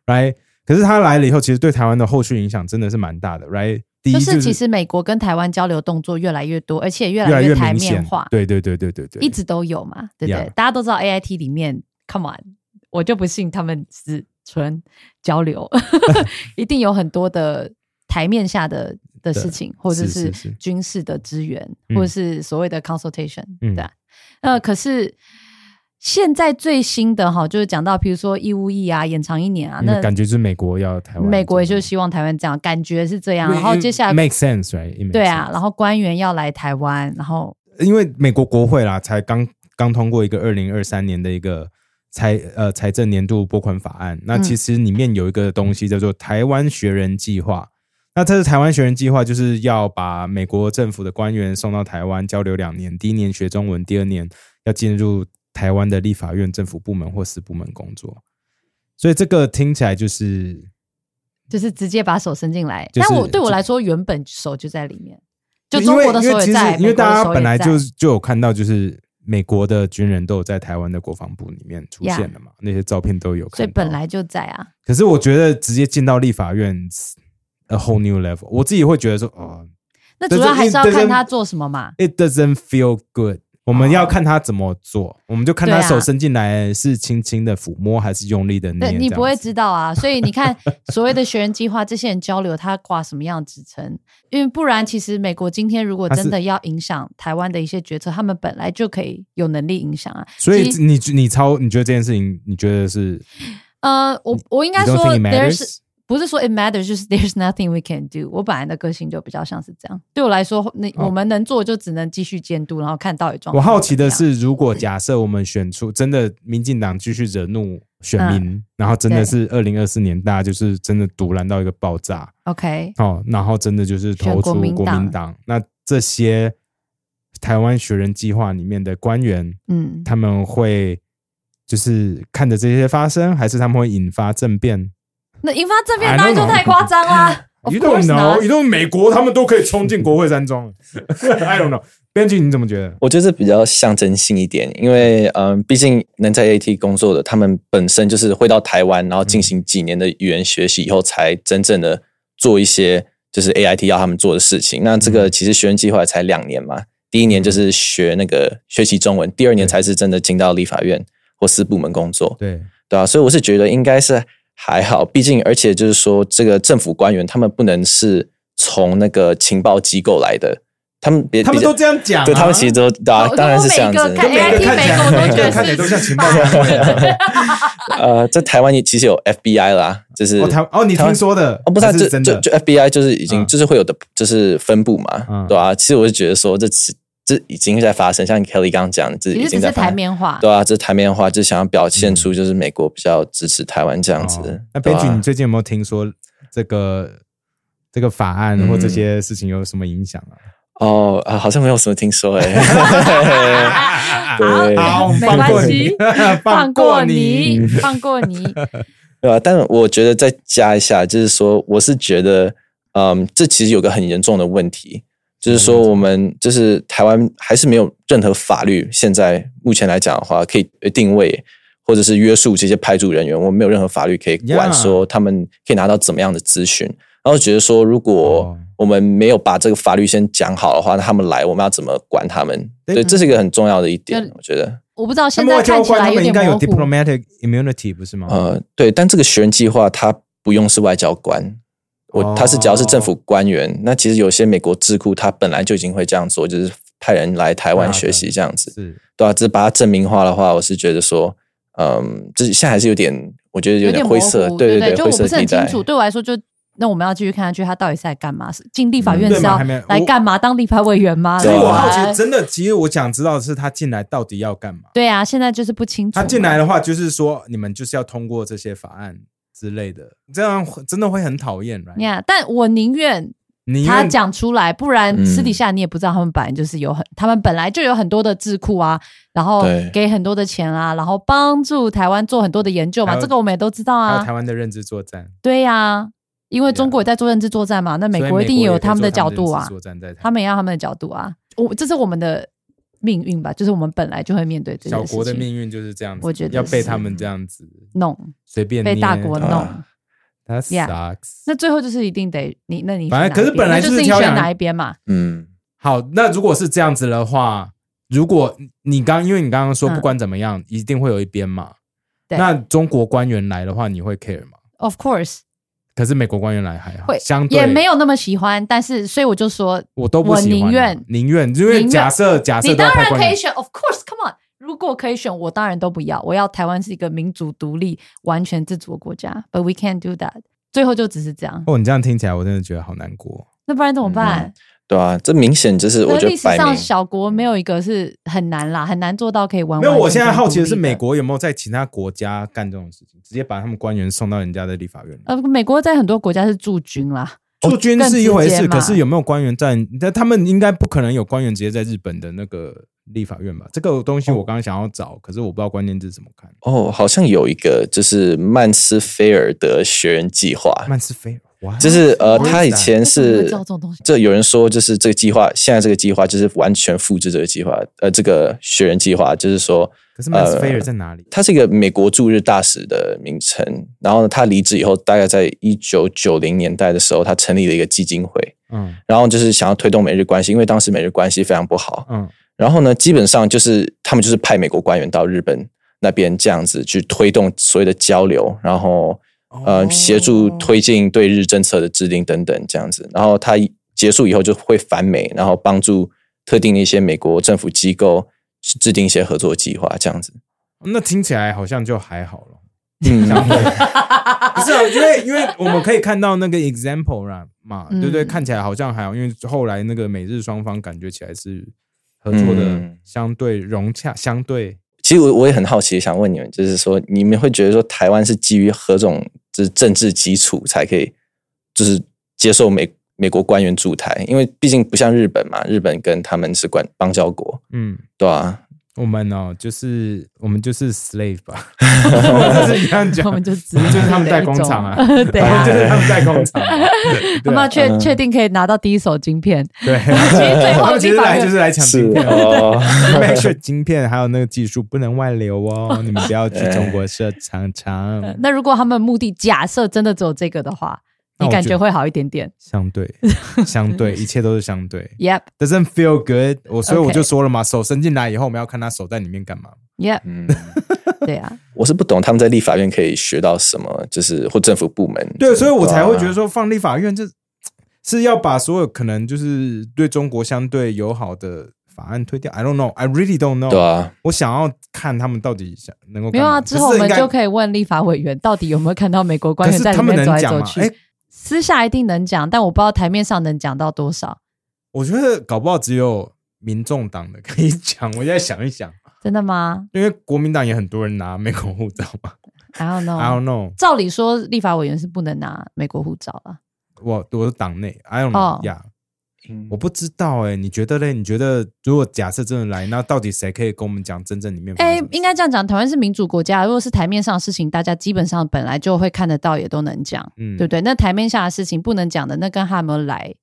Speaker 3: ，right？可是他来了以后，其实对台湾的后续影响真的是蛮大的，right？第一
Speaker 1: 就是是其实美国跟台湾交流动作越来越多，而且越
Speaker 3: 越来
Speaker 1: 越台
Speaker 3: 明
Speaker 1: 面
Speaker 3: 显
Speaker 1: 化，，
Speaker 3: 对对对对对对，
Speaker 1: 一直都有嘛，对不对
Speaker 3: Yeah
Speaker 1: 大家都知道 A I T 里面，Come on，我就不信他们是纯交 流，一定有很多的台面下的的
Speaker 3: 对
Speaker 1: 事情，或者
Speaker 3: 是
Speaker 1: 是
Speaker 3: 是是
Speaker 1: 军事的支援，
Speaker 3: 嗯
Speaker 1: 或者是所谓的 consultation，、
Speaker 3: 嗯
Speaker 1: 对、啊。呃，可是现在最新的哈，就是讲到，比如说义务役啊，延长一年啊，
Speaker 3: 因为
Speaker 1: 那
Speaker 3: 感觉就是美国要台湾，
Speaker 1: 美国也就希望台湾这样，感觉是这样。
Speaker 3: 因为
Speaker 1: 然后接下
Speaker 3: it
Speaker 1: 来，
Speaker 3: make sense，right？
Speaker 1: 对啊，然后官员要来台湾，然后
Speaker 3: 因为美国国会啦，才刚刚通过一个二零二三年的一个财呃财政年度拨款法案。那
Speaker 1: 嗯
Speaker 3: 其实里面有一个东西叫做台湾学人计划。那这是台湾学人计划，就是要把美国政府的官员送到台湾交流两年，第一年学中文，第二年要进入台湾的立法院、政府部门或私部门工作。所以这个听起来就是
Speaker 1: 就是直接把手伸进来。
Speaker 3: 就是
Speaker 1: 但我对我来说，原本手就在里面，就
Speaker 3: 因
Speaker 1: 中
Speaker 3: 为
Speaker 1: 国的
Speaker 3: 因
Speaker 1: 手
Speaker 3: 为
Speaker 1: 也
Speaker 3: 其实
Speaker 1: 在，
Speaker 3: 因为
Speaker 1: 美国
Speaker 3: 大
Speaker 1: 的
Speaker 3: 家
Speaker 1: 手也
Speaker 3: 本来就
Speaker 1: 在
Speaker 3: 是就有看到，就是美国的军人都有在台湾的国防部里面出现了嘛那些照片都有看到。
Speaker 1: 所以本，来就在啊。
Speaker 3: 可是我觉得直接进到立法院，a whole new level，我自己会觉得说，哦
Speaker 1: 那
Speaker 3: 但
Speaker 1: 主
Speaker 3: 是
Speaker 1: 要还是要
Speaker 3: it doesn't-
Speaker 1: 看他做什么嘛。
Speaker 3: ，it doesn't feel good。我们要看他怎么做，我们就看他
Speaker 1: 对啊
Speaker 3: 手伸进来是轻轻的抚摸还是用力的捏
Speaker 1: 对，。你
Speaker 3: 嗯这样
Speaker 1: 不会
Speaker 3: 子
Speaker 1: 知道啊。所以你看，所谓的学人计划，这些人交流，他挂什么样的职称？因为不然，其实美国今天如果
Speaker 3: 他是
Speaker 1: 真的要影响台湾的一些决策，他们本来就可以有能力影响啊。
Speaker 3: 所以
Speaker 1: 其实
Speaker 3: 你你超你觉得这件事情，你觉得是
Speaker 1: 呃，我我应该
Speaker 3: you
Speaker 1: 说
Speaker 3: don't think it matters？
Speaker 1: ，there's 不是说 it matters，就是 there's nothing we can do。我本来的个性就比较像是这样，对我来说，那、
Speaker 3: 哦
Speaker 1: 我们能做就只能继续监督，然后看到底状
Speaker 3: 我
Speaker 1: 况。
Speaker 3: 好奇的，是，如果假设我们选出真的民进党继续惹怒选民，
Speaker 1: 嗯
Speaker 3: 然后真的是二零二四年，大家就是真的独揽到一个爆炸
Speaker 1: OK，
Speaker 3: 哦，然后真的就是投
Speaker 1: 选国
Speaker 3: 出
Speaker 1: 民党
Speaker 3: 国民党，那这些台湾学人计划里面的官员，
Speaker 1: 嗯，
Speaker 3: 他们会就是看着这些发生，还是他们会引发政变
Speaker 1: 那引发政变
Speaker 3: I
Speaker 1: 当然
Speaker 3: don't
Speaker 1: 就
Speaker 3: know
Speaker 1: 太夸张啦。Of
Speaker 3: ？You
Speaker 1: course
Speaker 3: don't know，
Speaker 1: not.
Speaker 3: you don't 美国他们都可以冲进国会 山庄 ，I don't know。编剧你怎么觉得？
Speaker 2: 我觉得是比较象征性一点，因为嗯，毕竟能在 AT 工作的，他们本身就是会到台湾，然后
Speaker 3: 嗯
Speaker 2: 进行几年的语言学习以后，才真正的做一些就是 AIT 要他们做的事情。那这
Speaker 3: 嗯
Speaker 2: 个其实学院计划才两年嘛，第一年就是学那个学习中文，第二年才是真的进到立法院或四部门工作。
Speaker 3: 对，
Speaker 2: 对啊，所以我是觉得应该是还好，毕竟而且就是说，这个政府官员他们不能是从那个情报机构来的，他们别
Speaker 3: 他们
Speaker 2: 比较
Speaker 3: 都这样讲啊
Speaker 2: 对他们其实都对啊，
Speaker 1: 我
Speaker 2: 当然是这样
Speaker 1: 我
Speaker 2: 子
Speaker 1: 哦每一个。看
Speaker 3: 每个
Speaker 1: AIT
Speaker 3: 看起
Speaker 1: 美
Speaker 3: 来
Speaker 1: 国，我都觉得
Speaker 3: 看起
Speaker 1: 是
Speaker 3: 来都像 情报
Speaker 1: 吧
Speaker 2: 呃，在台湾也其实有 FBI 啦，就是
Speaker 3: 哦，台哦，你
Speaker 2: 台湾
Speaker 3: 听说的？
Speaker 2: 哦，不是、
Speaker 3: 还
Speaker 2: 啊，
Speaker 3: 是
Speaker 2: 就
Speaker 3: 真
Speaker 2: 就
Speaker 3: 的
Speaker 2: 就 FBI 就是已经、
Speaker 3: 嗯
Speaker 2: 就是会有的，就是分布
Speaker 3: 嗯
Speaker 2: 嘛，对啊，其实我就觉得说这次这已经在发生，像 Kelly 刚刚讲的，这
Speaker 1: 其
Speaker 2: 已
Speaker 1: 实
Speaker 2: 经
Speaker 1: 只
Speaker 2: 在
Speaker 1: 是
Speaker 2: 发
Speaker 1: 台
Speaker 2: 生。
Speaker 1: 面化。
Speaker 2: 对啊，这台面的话，就想要表现出
Speaker 3: 嗯
Speaker 2: 就是美国比较支持台湾这样子。
Speaker 3: 哦那
Speaker 2: 对
Speaker 3: 编
Speaker 2: 啊
Speaker 3: 剧，你最近有没有听说这个这个法案
Speaker 2: 嗯
Speaker 3: 或这些事情有什么影响啊？
Speaker 2: 哦、啊，好像没有什么听说哎、 欸。 对
Speaker 3: 好，
Speaker 1: 没
Speaker 3: 放过
Speaker 1: 关
Speaker 3: 你
Speaker 1: 系， 放过你，放过你。
Speaker 2: 对啊，但我觉得再加一下，就是说，我是觉得，嗯，这其实有个很严重的问题，就是说，
Speaker 3: 嗯
Speaker 2: 我们就是台湾还是没有任何法律，现在目前来讲的话，可以定位或者是约束这些派驻人员，我们没有任何法律可以管
Speaker 3: Yeah
Speaker 2: 说他们可以拿到怎么样的咨询。然后觉得说，如
Speaker 3: 哦
Speaker 2: 果我们没有把这个法律先讲好的话，那他们来，我们要怎么管他们？
Speaker 3: 对啊
Speaker 2: 对，这是一个很重要的一点
Speaker 1: 就，
Speaker 2: 我觉得。
Speaker 1: 我不知道
Speaker 3: 他
Speaker 1: 现
Speaker 3: 们
Speaker 1: 在
Speaker 3: 外交
Speaker 1: 看起
Speaker 3: 官
Speaker 1: 来
Speaker 3: 他们
Speaker 1: 点
Speaker 3: 应该有
Speaker 1: 模糊。
Speaker 3: diplomatic immunity 不
Speaker 1: 哦
Speaker 3: 是吗？
Speaker 2: 呃，对，但这个学人计划它不用是外交官，
Speaker 3: 哦
Speaker 2: 我他是只要是
Speaker 1: 哦
Speaker 2: 政府官员，那其实有些美国智库他本来就已经会这样做，就是派人来台
Speaker 3: 对啊
Speaker 2: 湾
Speaker 3: 对啊
Speaker 2: 学习这样子，
Speaker 3: 是
Speaker 2: 对啊，只是把它证明化的话，我是觉得说，嗯，就是现在还是有点，我觉得
Speaker 1: 有
Speaker 2: 点
Speaker 1: 模
Speaker 2: 灰色，
Speaker 1: 糊
Speaker 2: 对
Speaker 1: 对
Speaker 2: 对，
Speaker 1: 就
Speaker 2: 灰
Speaker 1: 我
Speaker 2: 色
Speaker 1: 不是
Speaker 2: 地
Speaker 1: 很清
Speaker 2: 带。
Speaker 1: 楚。对我来说，就那我们要继续看下去，他到底是在干嘛？是进立法院
Speaker 2: 嗯
Speaker 1: 是要
Speaker 3: 对嘛还没
Speaker 1: 来干嘛？当立法委员吗？
Speaker 3: 所以
Speaker 2: 对啊
Speaker 3: 我
Speaker 1: 来
Speaker 3: 好奇，真的，其实我想知道的是他进来到底要干嘛？
Speaker 1: 对啊，现在就是不清楚。
Speaker 3: 他进来的话，就是说你们就是要通过这些法案之类的，这样会真的会很讨厌，right？
Speaker 1: 呀但我宁愿
Speaker 3: 你
Speaker 1: 他
Speaker 3: 愿
Speaker 1: 讲出来，不然
Speaker 2: 嗯
Speaker 1: 私底下你也不知道他们本来就是有很，他们本来就有很多的智库啊，然后
Speaker 2: 对
Speaker 1: 给很多的钱啊，然后帮助台湾做很多的研究
Speaker 3: 还
Speaker 1: 嘛，
Speaker 3: 有
Speaker 1: 这个我们也都知道
Speaker 3: 还有
Speaker 1: 啊
Speaker 3: 台，湾的认知作战，
Speaker 1: 对呀、因为中国
Speaker 3: Yeah
Speaker 1: 也在做认知作战嘛，哎那美
Speaker 3: 所以
Speaker 1: 国
Speaker 3: 国
Speaker 1: 一定
Speaker 3: 也
Speaker 1: 有
Speaker 3: 可以
Speaker 1: 他们的
Speaker 3: 做
Speaker 1: 角度
Speaker 3: 认
Speaker 1: 啊
Speaker 3: 知，作战在台
Speaker 1: 他们也要他们的角度啊，我这是我们的命运吧，就是我们本来就会面对这
Speaker 3: 小
Speaker 1: 件事
Speaker 3: 国的
Speaker 1: 情
Speaker 3: 命运就是这样子，
Speaker 1: 我觉得
Speaker 3: 要被
Speaker 1: 是
Speaker 3: 他们这样子
Speaker 1: 弄
Speaker 3: 随便
Speaker 1: 被大
Speaker 3: 捏
Speaker 1: 国弄。
Speaker 2: 啊
Speaker 3: 他
Speaker 1: Yeah
Speaker 3: sucks。
Speaker 1: 那最后就是一定得你，那你
Speaker 3: 反
Speaker 1: 选哪
Speaker 3: 正
Speaker 1: 一
Speaker 3: 可是本来
Speaker 1: 边那
Speaker 3: 就是
Speaker 1: 是你
Speaker 3: 挑
Speaker 1: 选
Speaker 3: 两
Speaker 1: 哪一边嘛，
Speaker 2: 嗯，
Speaker 3: 好，那如果是这样子的话，如果你刚因为你刚刚说
Speaker 1: 嗯
Speaker 3: 不管怎么样，一定会有一边嘛。
Speaker 1: 对
Speaker 3: 那中国官员来的话，你会 care 吗？
Speaker 1: Of course，
Speaker 3: 可是美国官员来还好
Speaker 1: 会，
Speaker 3: 相对
Speaker 1: 也没有那么喜欢，但是所以我就说，
Speaker 3: 我都不
Speaker 1: 我
Speaker 3: 喜欢啊，
Speaker 1: 宁愿
Speaker 3: 宁愿，因为
Speaker 1: 宁愿
Speaker 3: 假设假设
Speaker 1: 你
Speaker 3: 都要
Speaker 1: 当
Speaker 3: 派
Speaker 1: 然
Speaker 3: 官
Speaker 1: 可以
Speaker 3: 员，
Speaker 1: 选，Of course，Come on，如果可以选，我当然都不要，我要台湾是一个民主独立、完全自主的国家，But we can't do that。最后就只是这样，
Speaker 3: 哦，你嗯这样听起来我真的觉得好难过。
Speaker 1: 那不然怎么办？
Speaker 2: 对啊，这明显就是
Speaker 1: 那
Speaker 2: 我觉
Speaker 1: 历
Speaker 2: 得
Speaker 1: 史
Speaker 2: 摆
Speaker 1: 上
Speaker 2: 明
Speaker 1: 小国没有一个是很难啦，很难做到可以完
Speaker 3: 没
Speaker 1: 完全全
Speaker 3: 有，我现在好奇的
Speaker 1: 的
Speaker 3: 是，美国有没有在其他国家干这种事情，直接把他们官员送到人家的立法院里？
Speaker 1: 呃，美国在很多国家是驻军啦，
Speaker 3: 驻军
Speaker 1: 更
Speaker 3: 是一
Speaker 1: 直
Speaker 3: 回
Speaker 1: 接
Speaker 3: 事，
Speaker 1: 嘛
Speaker 3: 可是有没有官员在？但他们应该不可能有官员直接在日本的那个立法院吧？这个东
Speaker 1: 哦
Speaker 3: 西我刚刚想要找，可是我不知道关键字怎么看。
Speaker 2: 哦，好像有一个就是曼斯菲尔德学人计划，
Speaker 1: 呃
Speaker 3: 曼斯菲尔，哇
Speaker 2: 就是呃，
Speaker 3: What is
Speaker 2: 他以
Speaker 3: that？
Speaker 2: 前
Speaker 1: 啊为什么会
Speaker 2: 是
Speaker 1: 知道这种东西
Speaker 2: 这有人说，就是这个计划，现在这个计划就是完全复制这个计划，呃，这个学人计划，就是说，
Speaker 3: 可是曼斯
Speaker 1: 呃
Speaker 3: 菲尔在哪里？
Speaker 2: 他是一个美国驻日大使的名称。然后呢，他离职以后，大概在一九九零年代的时候，他成立了一个基金会，
Speaker 3: 嗯
Speaker 2: 然后就是想要推动美日关系，因为当时美日关系非常不好。
Speaker 3: 嗯，
Speaker 2: 然后呢，基本上就是他们就是派美国官员到日本那边这样子去推动所谓的交流，然后呃
Speaker 3: 哦
Speaker 2: 协助推进对日政策的制定等等这样子。然后他结束以后就会返美，然后帮助特定的一些美国政府机构去制定一些合作计划这样子。
Speaker 3: 哦那听起来好像就还好了。
Speaker 2: 嗯，
Speaker 3: 不是啊，因为因为我们可以看到那个 example 啦嘛，
Speaker 1: 嗯
Speaker 3: 对不对？看起来好像还好，因为后来那个美日双方感觉起来是合作的
Speaker 2: 嗯
Speaker 3: 相对融洽，相对
Speaker 2: 其实我我也很好奇，想问你们，就是说你们会觉得说台湾是基于何种就是政治基础才可以，就是接受美美国官员驻台？因为毕竟不像日本嘛，日本跟他们是管邦交国，
Speaker 3: 嗯。
Speaker 2: 对啊吧、
Speaker 3: 我们哦，就是我们就是 slave 吧，我是这样讲，
Speaker 1: 我们就
Speaker 3: 我们就是他们代工厂啊，
Speaker 1: 自己的一种 对啊
Speaker 3: 我 们就是他们代工厂啊，
Speaker 1: 他
Speaker 3: 对
Speaker 1: 们
Speaker 3: 啊
Speaker 1: 要确
Speaker 2: 嗯
Speaker 1: 确定可以拿到第一手晶片，
Speaker 3: 对，啊
Speaker 1: 最后
Speaker 3: 他们其实
Speaker 1: 立法
Speaker 3: 来
Speaker 1: 院
Speaker 3: 就是来抢
Speaker 2: 是
Speaker 3: 晶片的。
Speaker 2: 哦，
Speaker 3: make sure 晶片还有那个技术不能外流哦，你们 不要去
Speaker 2: 哎
Speaker 3: 中国设厂
Speaker 1: 呃
Speaker 3: 厂。
Speaker 1: 那如果他们目的假设真的只有这个的话，
Speaker 3: 那
Speaker 1: 你
Speaker 3: 我
Speaker 1: 感
Speaker 3: 觉
Speaker 1: 觉
Speaker 3: 得
Speaker 1: 会好一点点
Speaker 3: 相对， 相对，一切都是相对。
Speaker 1: ？Yep,
Speaker 3: Doesn't feel good，我所以
Speaker 1: OK
Speaker 3: 我就说了嘛，手伸进来以后，我们要看他手在里面干嘛。
Speaker 1: Yep，
Speaker 2: 嗯，
Speaker 1: 对啊，
Speaker 2: 我是不懂他们在立法院可以学到什么，就是或政府部门
Speaker 3: 对，啊所以我才会觉得
Speaker 2: 说，
Speaker 3: 说放立法院这是要把所有可能就是对中国相对友好的法案推掉。I don't know, I really don't
Speaker 2: 对
Speaker 3: know。
Speaker 2: 啊，
Speaker 3: 我想要看他们到底想能够
Speaker 1: 没
Speaker 3: 干
Speaker 1: 有
Speaker 3: 嘛
Speaker 1: 啊。之后我们就
Speaker 3: 以。
Speaker 1: 可以问立法委员，到底有没有看到美国官
Speaker 3: 可
Speaker 1: 员
Speaker 3: 是
Speaker 1: 在里
Speaker 3: 他们
Speaker 1: 面走
Speaker 3: 能
Speaker 1: 来
Speaker 3: 讲
Speaker 1: 走
Speaker 3: 吗？
Speaker 1: 去？
Speaker 3: 哎，
Speaker 1: 私下一定能讲，但我不知道台面上能讲到多少。
Speaker 3: 我觉得搞不好只有民众党的可以讲。我现在想一想，
Speaker 1: 真的吗
Speaker 3: 因为国民党也很多人拿美国护照嘛。
Speaker 1: ？I don't
Speaker 3: I
Speaker 1: know。
Speaker 3: don't know，
Speaker 1: 照理说，立法委员是不能拿美国护照的。
Speaker 3: 我我是党内，I don't
Speaker 1: 哦
Speaker 3: know 呀、我不知道哎、你觉得嘞？你觉得如果假设真的来，那到底谁可以跟我们讲真正里面发生
Speaker 1: 哎
Speaker 3: 什么，事？
Speaker 1: 应该这样讲，台湾是民主国家，如果是台面上的事情，大家基本上本来就会看得到，也都能讲。
Speaker 3: 嗯
Speaker 1: 对不对？那台面下的事情不能讲的，那跟他有没有来，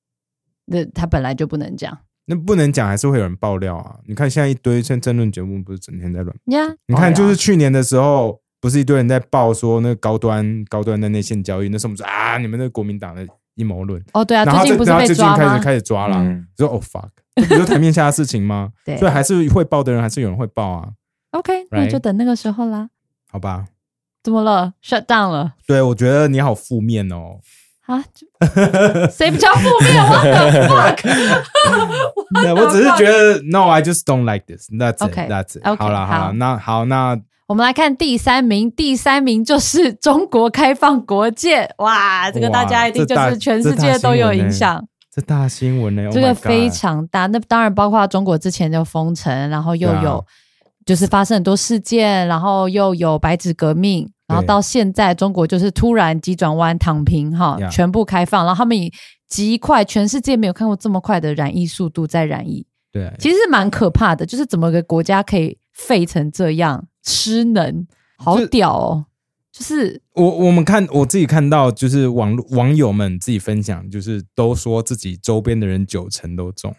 Speaker 1: 那他本来就不能讲
Speaker 3: 那不能讲，还是会有人爆料啊！你看现在一堆像争论节目，不是整天在乱？
Speaker 1: 呀。
Speaker 3: 你
Speaker 1: 啊
Speaker 3: 看，就是去年的时候，不是一堆人在爆说那个高端高端的内线交易，那时候我们说啊，你们那个国民党的阴谋论。
Speaker 1: 哦，对啊，
Speaker 3: 然后
Speaker 1: 最
Speaker 3: 这
Speaker 1: 近不是
Speaker 3: 然后
Speaker 1: 被
Speaker 3: 最近
Speaker 1: 抓
Speaker 3: 开
Speaker 1: 吗
Speaker 3: 始？开始抓了，
Speaker 2: 嗯
Speaker 3: 你说哦 fuck，这 不就台面下的事情吗？
Speaker 1: 对
Speaker 3: 所以还是会爆的人，还是有人会爆啊，
Speaker 1: ，OK，那
Speaker 3: Right
Speaker 1: 就等那个时候啦。
Speaker 3: 好吧？
Speaker 1: 怎么了？shut down 了
Speaker 3: 对，我觉得你好负面哦。
Speaker 1: 啊？就谁比较负面？What the fuck？
Speaker 3: 那我只是觉得，no，I just don't like this。That's it,
Speaker 1: Okay,
Speaker 3: that's it。
Speaker 1: okay，
Speaker 3: 好了，好
Speaker 1: 好
Speaker 3: 了，那好，那
Speaker 1: 我们来看第三名，第三名就是中国开放国界，哇，这个大家一定就
Speaker 3: 哇
Speaker 1: 是
Speaker 3: 这大欸
Speaker 1: 全世界都有影响，
Speaker 3: 这大新闻呢，Oh
Speaker 1: 这个
Speaker 3: my God
Speaker 1: 非常大。那当然包括中国之前就封城，然后又
Speaker 3: 对啊
Speaker 1: 有就是发生很多事件，然后又有白纸革命，然后到现在中国就是突然急转弯躺平哈
Speaker 3: Yeah
Speaker 1: 全部开放，然后他们以极快，全世界没有看过这么快的染疫速度在染疫，
Speaker 3: 对，
Speaker 1: 其实是蛮可怕的，就是怎么个国家可以废成这样，失能，好
Speaker 3: 这
Speaker 1: 屌哦！就是
Speaker 3: 我我们看我自己看到，就是网络网友们自己分享，就是都说自己周边的人九成都中，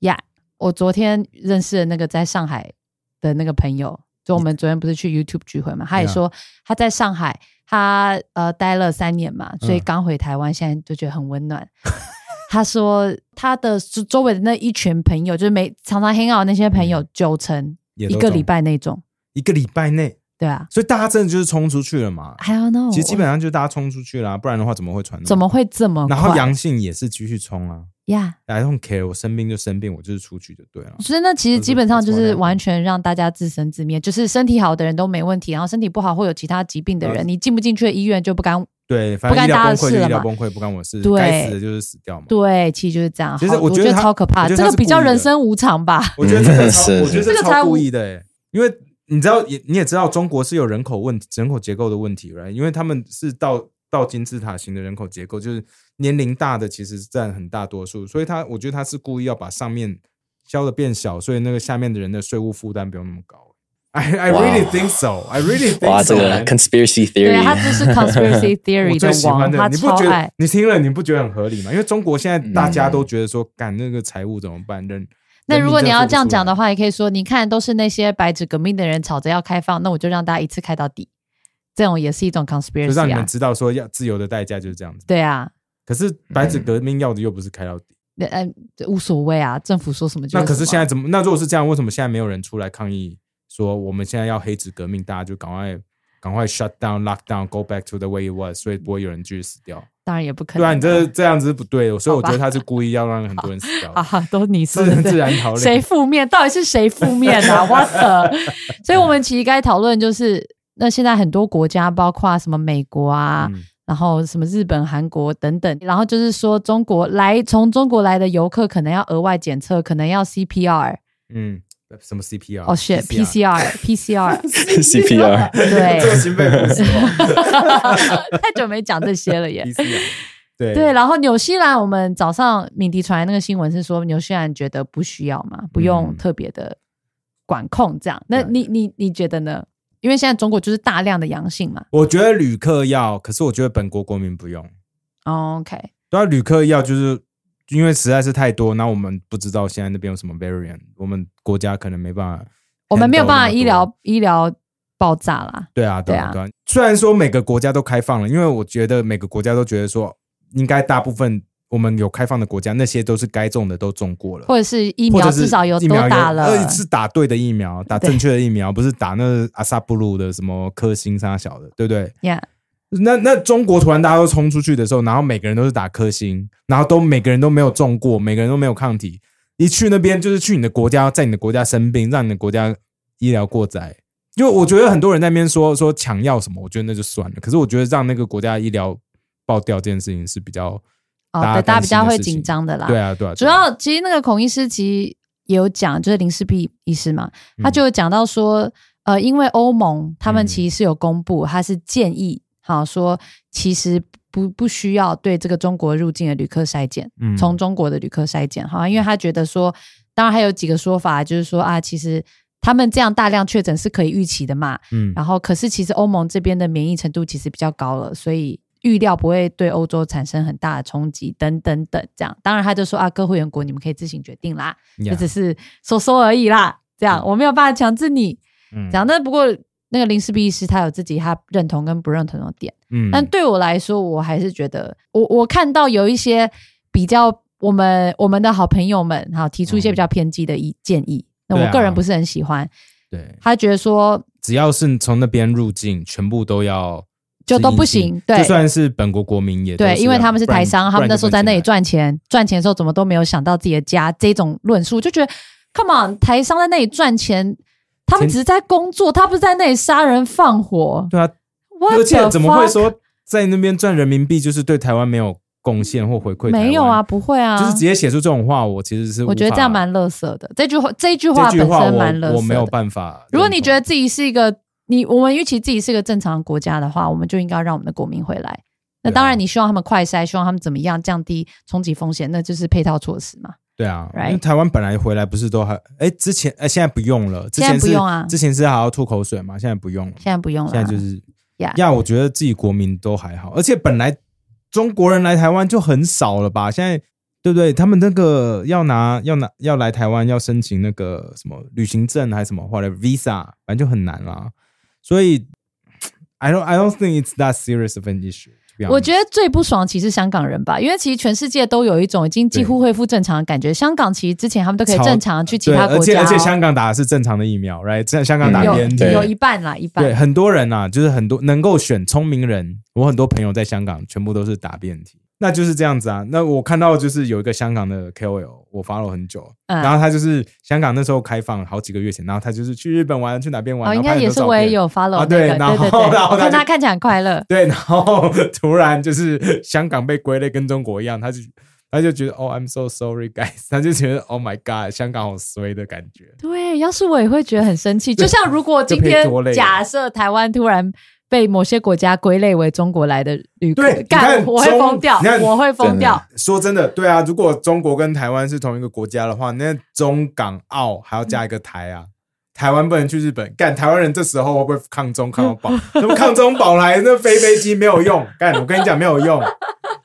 Speaker 1: 呀我昨天认识的那个在上海的那个朋友，就我
Speaker 3: 嗯
Speaker 1: 们昨天不是去 YouTube 聚会嘛，他也
Speaker 3: Yeah
Speaker 1: 说他在上海，他呃待了三年嘛，所以
Speaker 3: 嗯
Speaker 1: 刚回台湾，现在就觉得很温暖。他说他的周周围的那一群朋友，就是每常常 hang out 的那些朋友，九成
Speaker 3: 嗯也
Speaker 1: 一
Speaker 3: 都
Speaker 1: 个
Speaker 3: 中
Speaker 1: 礼拜那种，
Speaker 3: 一个礼拜内，
Speaker 1: 对啊
Speaker 3: 所以大家真的就是冲出去了嘛。
Speaker 1: ，I don't know，
Speaker 3: 其实基本上就是大家冲出去啦、不然的话怎么会传染？
Speaker 1: 怎么会这么快？
Speaker 3: 然后阳性也是继续冲啊
Speaker 1: 呀
Speaker 3: ，I don't care，我生病就生病，我就是出去就对了。
Speaker 1: 所以那其实
Speaker 3: 就是
Speaker 1: 基本上就
Speaker 3: that's
Speaker 1: 是
Speaker 3: what happened
Speaker 1: 完全让大家自生自灭，就是身体好的人都没问题，然后身体不好或有其他疾病的人，
Speaker 3: 嗯
Speaker 1: 你进不进去的医院就不干。
Speaker 3: 对，反
Speaker 1: 不干
Speaker 3: 正医疗
Speaker 1: 大家的
Speaker 3: 崩溃
Speaker 1: 事
Speaker 3: 就
Speaker 1: 了
Speaker 3: 医疗
Speaker 1: 嘛
Speaker 3: 崩溃，不干我事
Speaker 1: 对，
Speaker 3: 该死的就是死掉嘛。
Speaker 1: 对，其实就是这样。
Speaker 3: 其实
Speaker 1: 好
Speaker 3: 我
Speaker 1: 觉
Speaker 3: 觉得他
Speaker 1: 超可怕，
Speaker 3: 我
Speaker 1: 这
Speaker 3: 觉得他
Speaker 1: 个
Speaker 3: 是
Speaker 1: 比较
Speaker 3: 故意的
Speaker 1: 人生无常 吧。
Speaker 3: 我觉得这个超，
Speaker 2: 嗯
Speaker 3: 我觉
Speaker 1: 是
Speaker 3: 得这
Speaker 1: 这个才
Speaker 3: 超故意的、欸，因为你知道，也你也知道，中国是有人口问题、人口结构的问题，right？因为他们是到到金字塔型的人口结构，就是年龄大的其实占很大多数，所以他我觉得他是故意要把上面削的变小，所以那个下面的人的税务负担不用那么高。I I really
Speaker 2: 哇
Speaker 3: think so. I really think
Speaker 2: 哇，这
Speaker 3: so.
Speaker 2: 个 conspiracy
Speaker 1: 对啊，他就
Speaker 2: theory，
Speaker 1: 是 conspiracy
Speaker 3: 我
Speaker 1: theory
Speaker 3: 最喜欢
Speaker 1: 王，
Speaker 3: 的，
Speaker 1: 他
Speaker 3: 你不
Speaker 1: 超
Speaker 3: 觉
Speaker 1: 爱
Speaker 3: 得。你听了你不觉得很合理吗？因为中国现在大家
Speaker 2: 嗯
Speaker 3: 都觉得说，干那个财务怎么办？人
Speaker 1: 那如果你要这样讲的
Speaker 3: 话，
Speaker 1: 话，也可以说，你看都是那些白纸革命的人吵着要开放，那我就让大家一次开到底，这种也是一种
Speaker 3: 就让
Speaker 1: conspiracy
Speaker 3: 你
Speaker 1: 啊
Speaker 3: 们。知道说，要自由的代价就是这样子。
Speaker 1: 对啊，
Speaker 3: 可是白纸革命要的又不是开到底，
Speaker 1: 那嗯无所谓啊，政府说什么就是
Speaker 3: 那可
Speaker 1: 什
Speaker 3: 是
Speaker 1: 么
Speaker 3: 现在怎么？那如果是这样，为什么现在没有人出来抗议说我们现在要黑纸革命，大家就赶快赶快 shut down、lock down、go back to the way it was，所以不会有人继续死掉？
Speaker 1: 当然也不可
Speaker 3: 对
Speaker 1: 能啊。
Speaker 3: 啊，你这这样子是不对的，所以
Speaker 1: 好
Speaker 3: 我
Speaker 1: 吧
Speaker 3: 觉得他是故意要让很多人死掉的，
Speaker 1: 啊，都你说
Speaker 3: 自
Speaker 1: 的
Speaker 3: 然
Speaker 1: 对
Speaker 3: 自然逃
Speaker 1: 谁
Speaker 3: 离。
Speaker 1: 负面？到底是谁负面 啊？What the？所以，我们其实该讨论就是，那现在很多国家，包括什么美国啊，
Speaker 3: 嗯
Speaker 1: 然后什么日本、韩国等等，然后就是说，中国来从中国来的游客可能要额外检测，可能要 CPR。
Speaker 3: 嗯，什么 CPR？
Speaker 1: 哦、shit
Speaker 3: PCR
Speaker 1: ，shit，PCR，PCR，
Speaker 2: CPR
Speaker 1: 对
Speaker 3: 这个心肺复苏哦
Speaker 1: 太久没讲这些了耶。
Speaker 3: PCR 对
Speaker 1: 对，然后纽西兰，我们早上敏迪传来那个新闻是说，纽西兰觉得不需要嘛，不用
Speaker 3: 嗯
Speaker 1: 特别的管控这样。那
Speaker 3: 对
Speaker 1: 你你你觉得呢？因为现在中国就是大量的阳性嘛。
Speaker 3: 我觉得旅客要，可是我觉得本国国民不用。
Speaker 1: 哦 OK，
Speaker 3: 对啊，旅客要就是因为实在是太多，那我们不知道现在那边有什么 variant，我们国家可能没办法，
Speaker 1: 我们没有办法
Speaker 3: handle 那么多
Speaker 1: 医疗医疗爆炸啦。
Speaker 3: 对啊，对
Speaker 1: 对
Speaker 3: 啊，
Speaker 1: 啊
Speaker 3: 对啊。虽然说每个国家都开放了，因为我觉得每个国家都觉得说，应该大部分我们有开放的国家，那些都是该中的都中过了。
Speaker 1: 或者是疫
Speaker 3: 或
Speaker 1: 苗
Speaker 3: 者是
Speaker 1: 至少有
Speaker 3: 疫
Speaker 1: 都
Speaker 3: 苗有
Speaker 1: 打了，
Speaker 3: 呃是打对的疫苗，打正确的疫苗，不是打那阿萨布鲁的什么科兴沙小的，对不对？
Speaker 1: Yeah，
Speaker 3: 那那中国突然大家都冲出去的时候，然后每个人都是打颗星，然后都每个人都没有中过，每个人都没有抗体，一去那边就是去你的国家，在你的国家生病，让你的国家医疗过载。因为我觉得很多人在那边说说抢药什么，我觉得那就算了。可是我觉得让那个国家医疗爆掉这件事情是比较
Speaker 1: 哦，对，大家比较
Speaker 3: 担心的
Speaker 1: 会
Speaker 3: 事情
Speaker 1: 紧张的啦。
Speaker 3: 对啊对啊，
Speaker 1: 主
Speaker 3: 对啊
Speaker 1: 要其实那个孔医师其实也有讲，就是林世璧医师嘛，他就有讲到说，呃，因为欧盟他们
Speaker 3: 嗯
Speaker 1: 其实是有公布，他是建议，好说其实不不需要对这个中国入境的旅客筛检，
Speaker 3: 嗯
Speaker 1: 从中国的旅客筛检，哈，因为他觉得说，当然还有几个说法，就是说啊，其实他们这样大量确诊是可以预期的嘛，
Speaker 3: 嗯
Speaker 1: 然后可是其实欧盟这边的免疫程度其实比较高了，所以预料不会对欧洲产生很大的冲击，等等等这样。当然他就说啊，各会员国你们可以自行决定啦，这只是说说而已啦，这
Speaker 3: 嗯
Speaker 1: 样我没有办法强制你这样。那不过那个林氏璧医师他有自己他认同跟不认同的点，
Speaker 3: 嗯
Speaker 1: 但对我来说，我还是觉得我我看到有一些比较我们我们的好朋友们哈提出一些比较偏激的意建议，那
Speaker 3: 嗯对
Speaker 1: 我
Speaker 3: 啊
Speaker 1: 个人不是很喜欢，
Speaker 3: 对，
Speaker 1: 他觉得说。
Speaker 3: 只要是从那边入境，全部都要
Speaker 1: 就都不
Speaker 3: 是阴性
Speaker 1: 行对
Speaker 3: 就算是本国国民也都
Speaker 1: 对，
Speaker 3: 是
Speaker 1: 因为
Speaker 3: 要
Speaker 1: 他们是
Speaker 3: 不然
Speaker 1: 台商，他们那时候在那里，赚钱，赚钱的时候怎么都没有想到自己的家，这种论述就觉得，come on，台商在那里赚钱，他们
Speaker 3: 前
Speaker 1: 只是在工作，他不是在那里杀人放火。
Speaker 3: 不然就不能进来对啊，
Speaker 1: What the
Speaker 3: 而且怎么会
Speaker 1: fuck？
Speaker 3: 说在那边赚人民币就是对台湾没有贡献或回馈？
Speaker 1: 没有啊？，不会啊，
Speaker 3: 就是直接写出这种话，我其实是无
Speaker 1: 我觉得
Speaker 3: 法
Speaker 1: 这样蛮乐色的。这句话，这句话
Speaker 3: 这
Speaker 1: 本
Speaker 3: 句话
Speaker 1: 身蛮乐
Speaker 3: 我
Speaker 1: 色
Speaker 3: 我没有
Speaker 1: 的
Speaker 3: 办法认同。
Speaker 1: 如果你觉得自己是一个你我们预期自己是个正常的国家的话，我们就应该让我们的国民回来。那
Speaker 3: 对啊
Speaker 1: 当然，你希望他们快筛，希望他们怎么样降低冲击风险，那就是配套措施嘛。
Speaker 3: 对啊
Speaker 1: Right
Speaker 3: 因为台湾本来回来不是都还哎，之前哎现在不用了，之前
Speaker 1: 现在
Speaker 3: 是
Speaker 1: 不用啊
Speaker 3: 之前是还要吐口水嘛，现在不用了，
Speaker 1: 现在不用了，啊
Speaker 3: 现在就是
Speaker 1: 呀
Speaker 3: 呀，我觉得自己国民都还好，而且本来中国人来台湾就很少了吧，现在对不对？他们那个要拿要拿要来台湾要申请那个什么旅行证还是什么或者 visa，反正就很难啦。所以 I don't I don't think it's that serious of an issue. to be honest。
Speaker 1: 我觉得最不爽其实香港人吧，因为其实全世界都有一种已经几乎恢复正常的感觉。香港其实之前他们都可以
Speaker 3: 超
Speaker 1: 正常去其
Speaker 3: 对，
Speaker 1: 他国
Speaker 3: 而且
Speaker 1: 家、哦，
Speaker 3: 而且香港打的是正常的疫苗，right？在香港打
Speaker 1: 有
Speaker 3: 边
Speaker 2: 嗯
Speaker 1: 有
Speaker 2: 对
Speaker 1: 一半啦，一
Speaker 3: 对，
Speaker 1: 半。哦
Speaker 3: 很多人啊，就是很多能够选聪明人，我很多朋友在香港全部都是打辩题，那就是这样子啊。那我看到就是有一个香港的 KOL，我 follow 很久，
Speaker 1: 嗯
Speaker 3: 然后他就是香港那时候开放好几个月前，然后他就是去日本玩，去哪边玩，
Speaker 1: 哦，
Speaker 3: 然
Speaker 1: 应
Speaker 3: 后拍
Speaker 1: 该
Speaker 3: 很
Speaker 1: 也
Speaker 3: 多
Speaker 1: 是
Speaker 3: 照
Speaker 1: 我也
Speaker 3: 片
Speaker 1: 有 follow
Speaker 3: 啊
Speaker 1: 那个，
Speaker 3: 对
Speaker 1: 对
Speaker 3: 然
Speaker 1: 对
Speaker 3: 后然后
Speaker 1: 对，
Speaker 3: 他
Speaker 1: 看
Speaker 3: 就
Speaker 1: 他看起来很快 乐。
Speaker 3: 对，然后突然就是香港被归类跟中国一样，他就他就觉得哦、i m so sorry guys，他就觉得 Oh my God，香港好衰的感觉。
Speaker 1: 对，要是我也会觉得很生气。
Speaker 3: 对
Speaker 1: 就像如果今天
Speaker 3: 就被拖累了
Speaker 1: 假设台湾突然被某些国家归类为中国来的旅客
Speaker 3: 对你，看
Speaker 1: 干我会
Speaker 3: 中
Speaker 1: 疯掉
Speaker 3: 你看，
Speaker 1: 我会疯
Speaker 2: 真的
Speaker 1: 掉。
Speaker 3: 说真的，对啊，如果中国跟台湾是同一个国家的话，那中港澳还要加一个台
Speaker 1: 嗯
Speaker 3: 啊。台湾不能去日本，干台湾人这时候会不会抗中抗到饱？那么抗 中保来，那飞飞机没有用。干，我跟你讲没有用，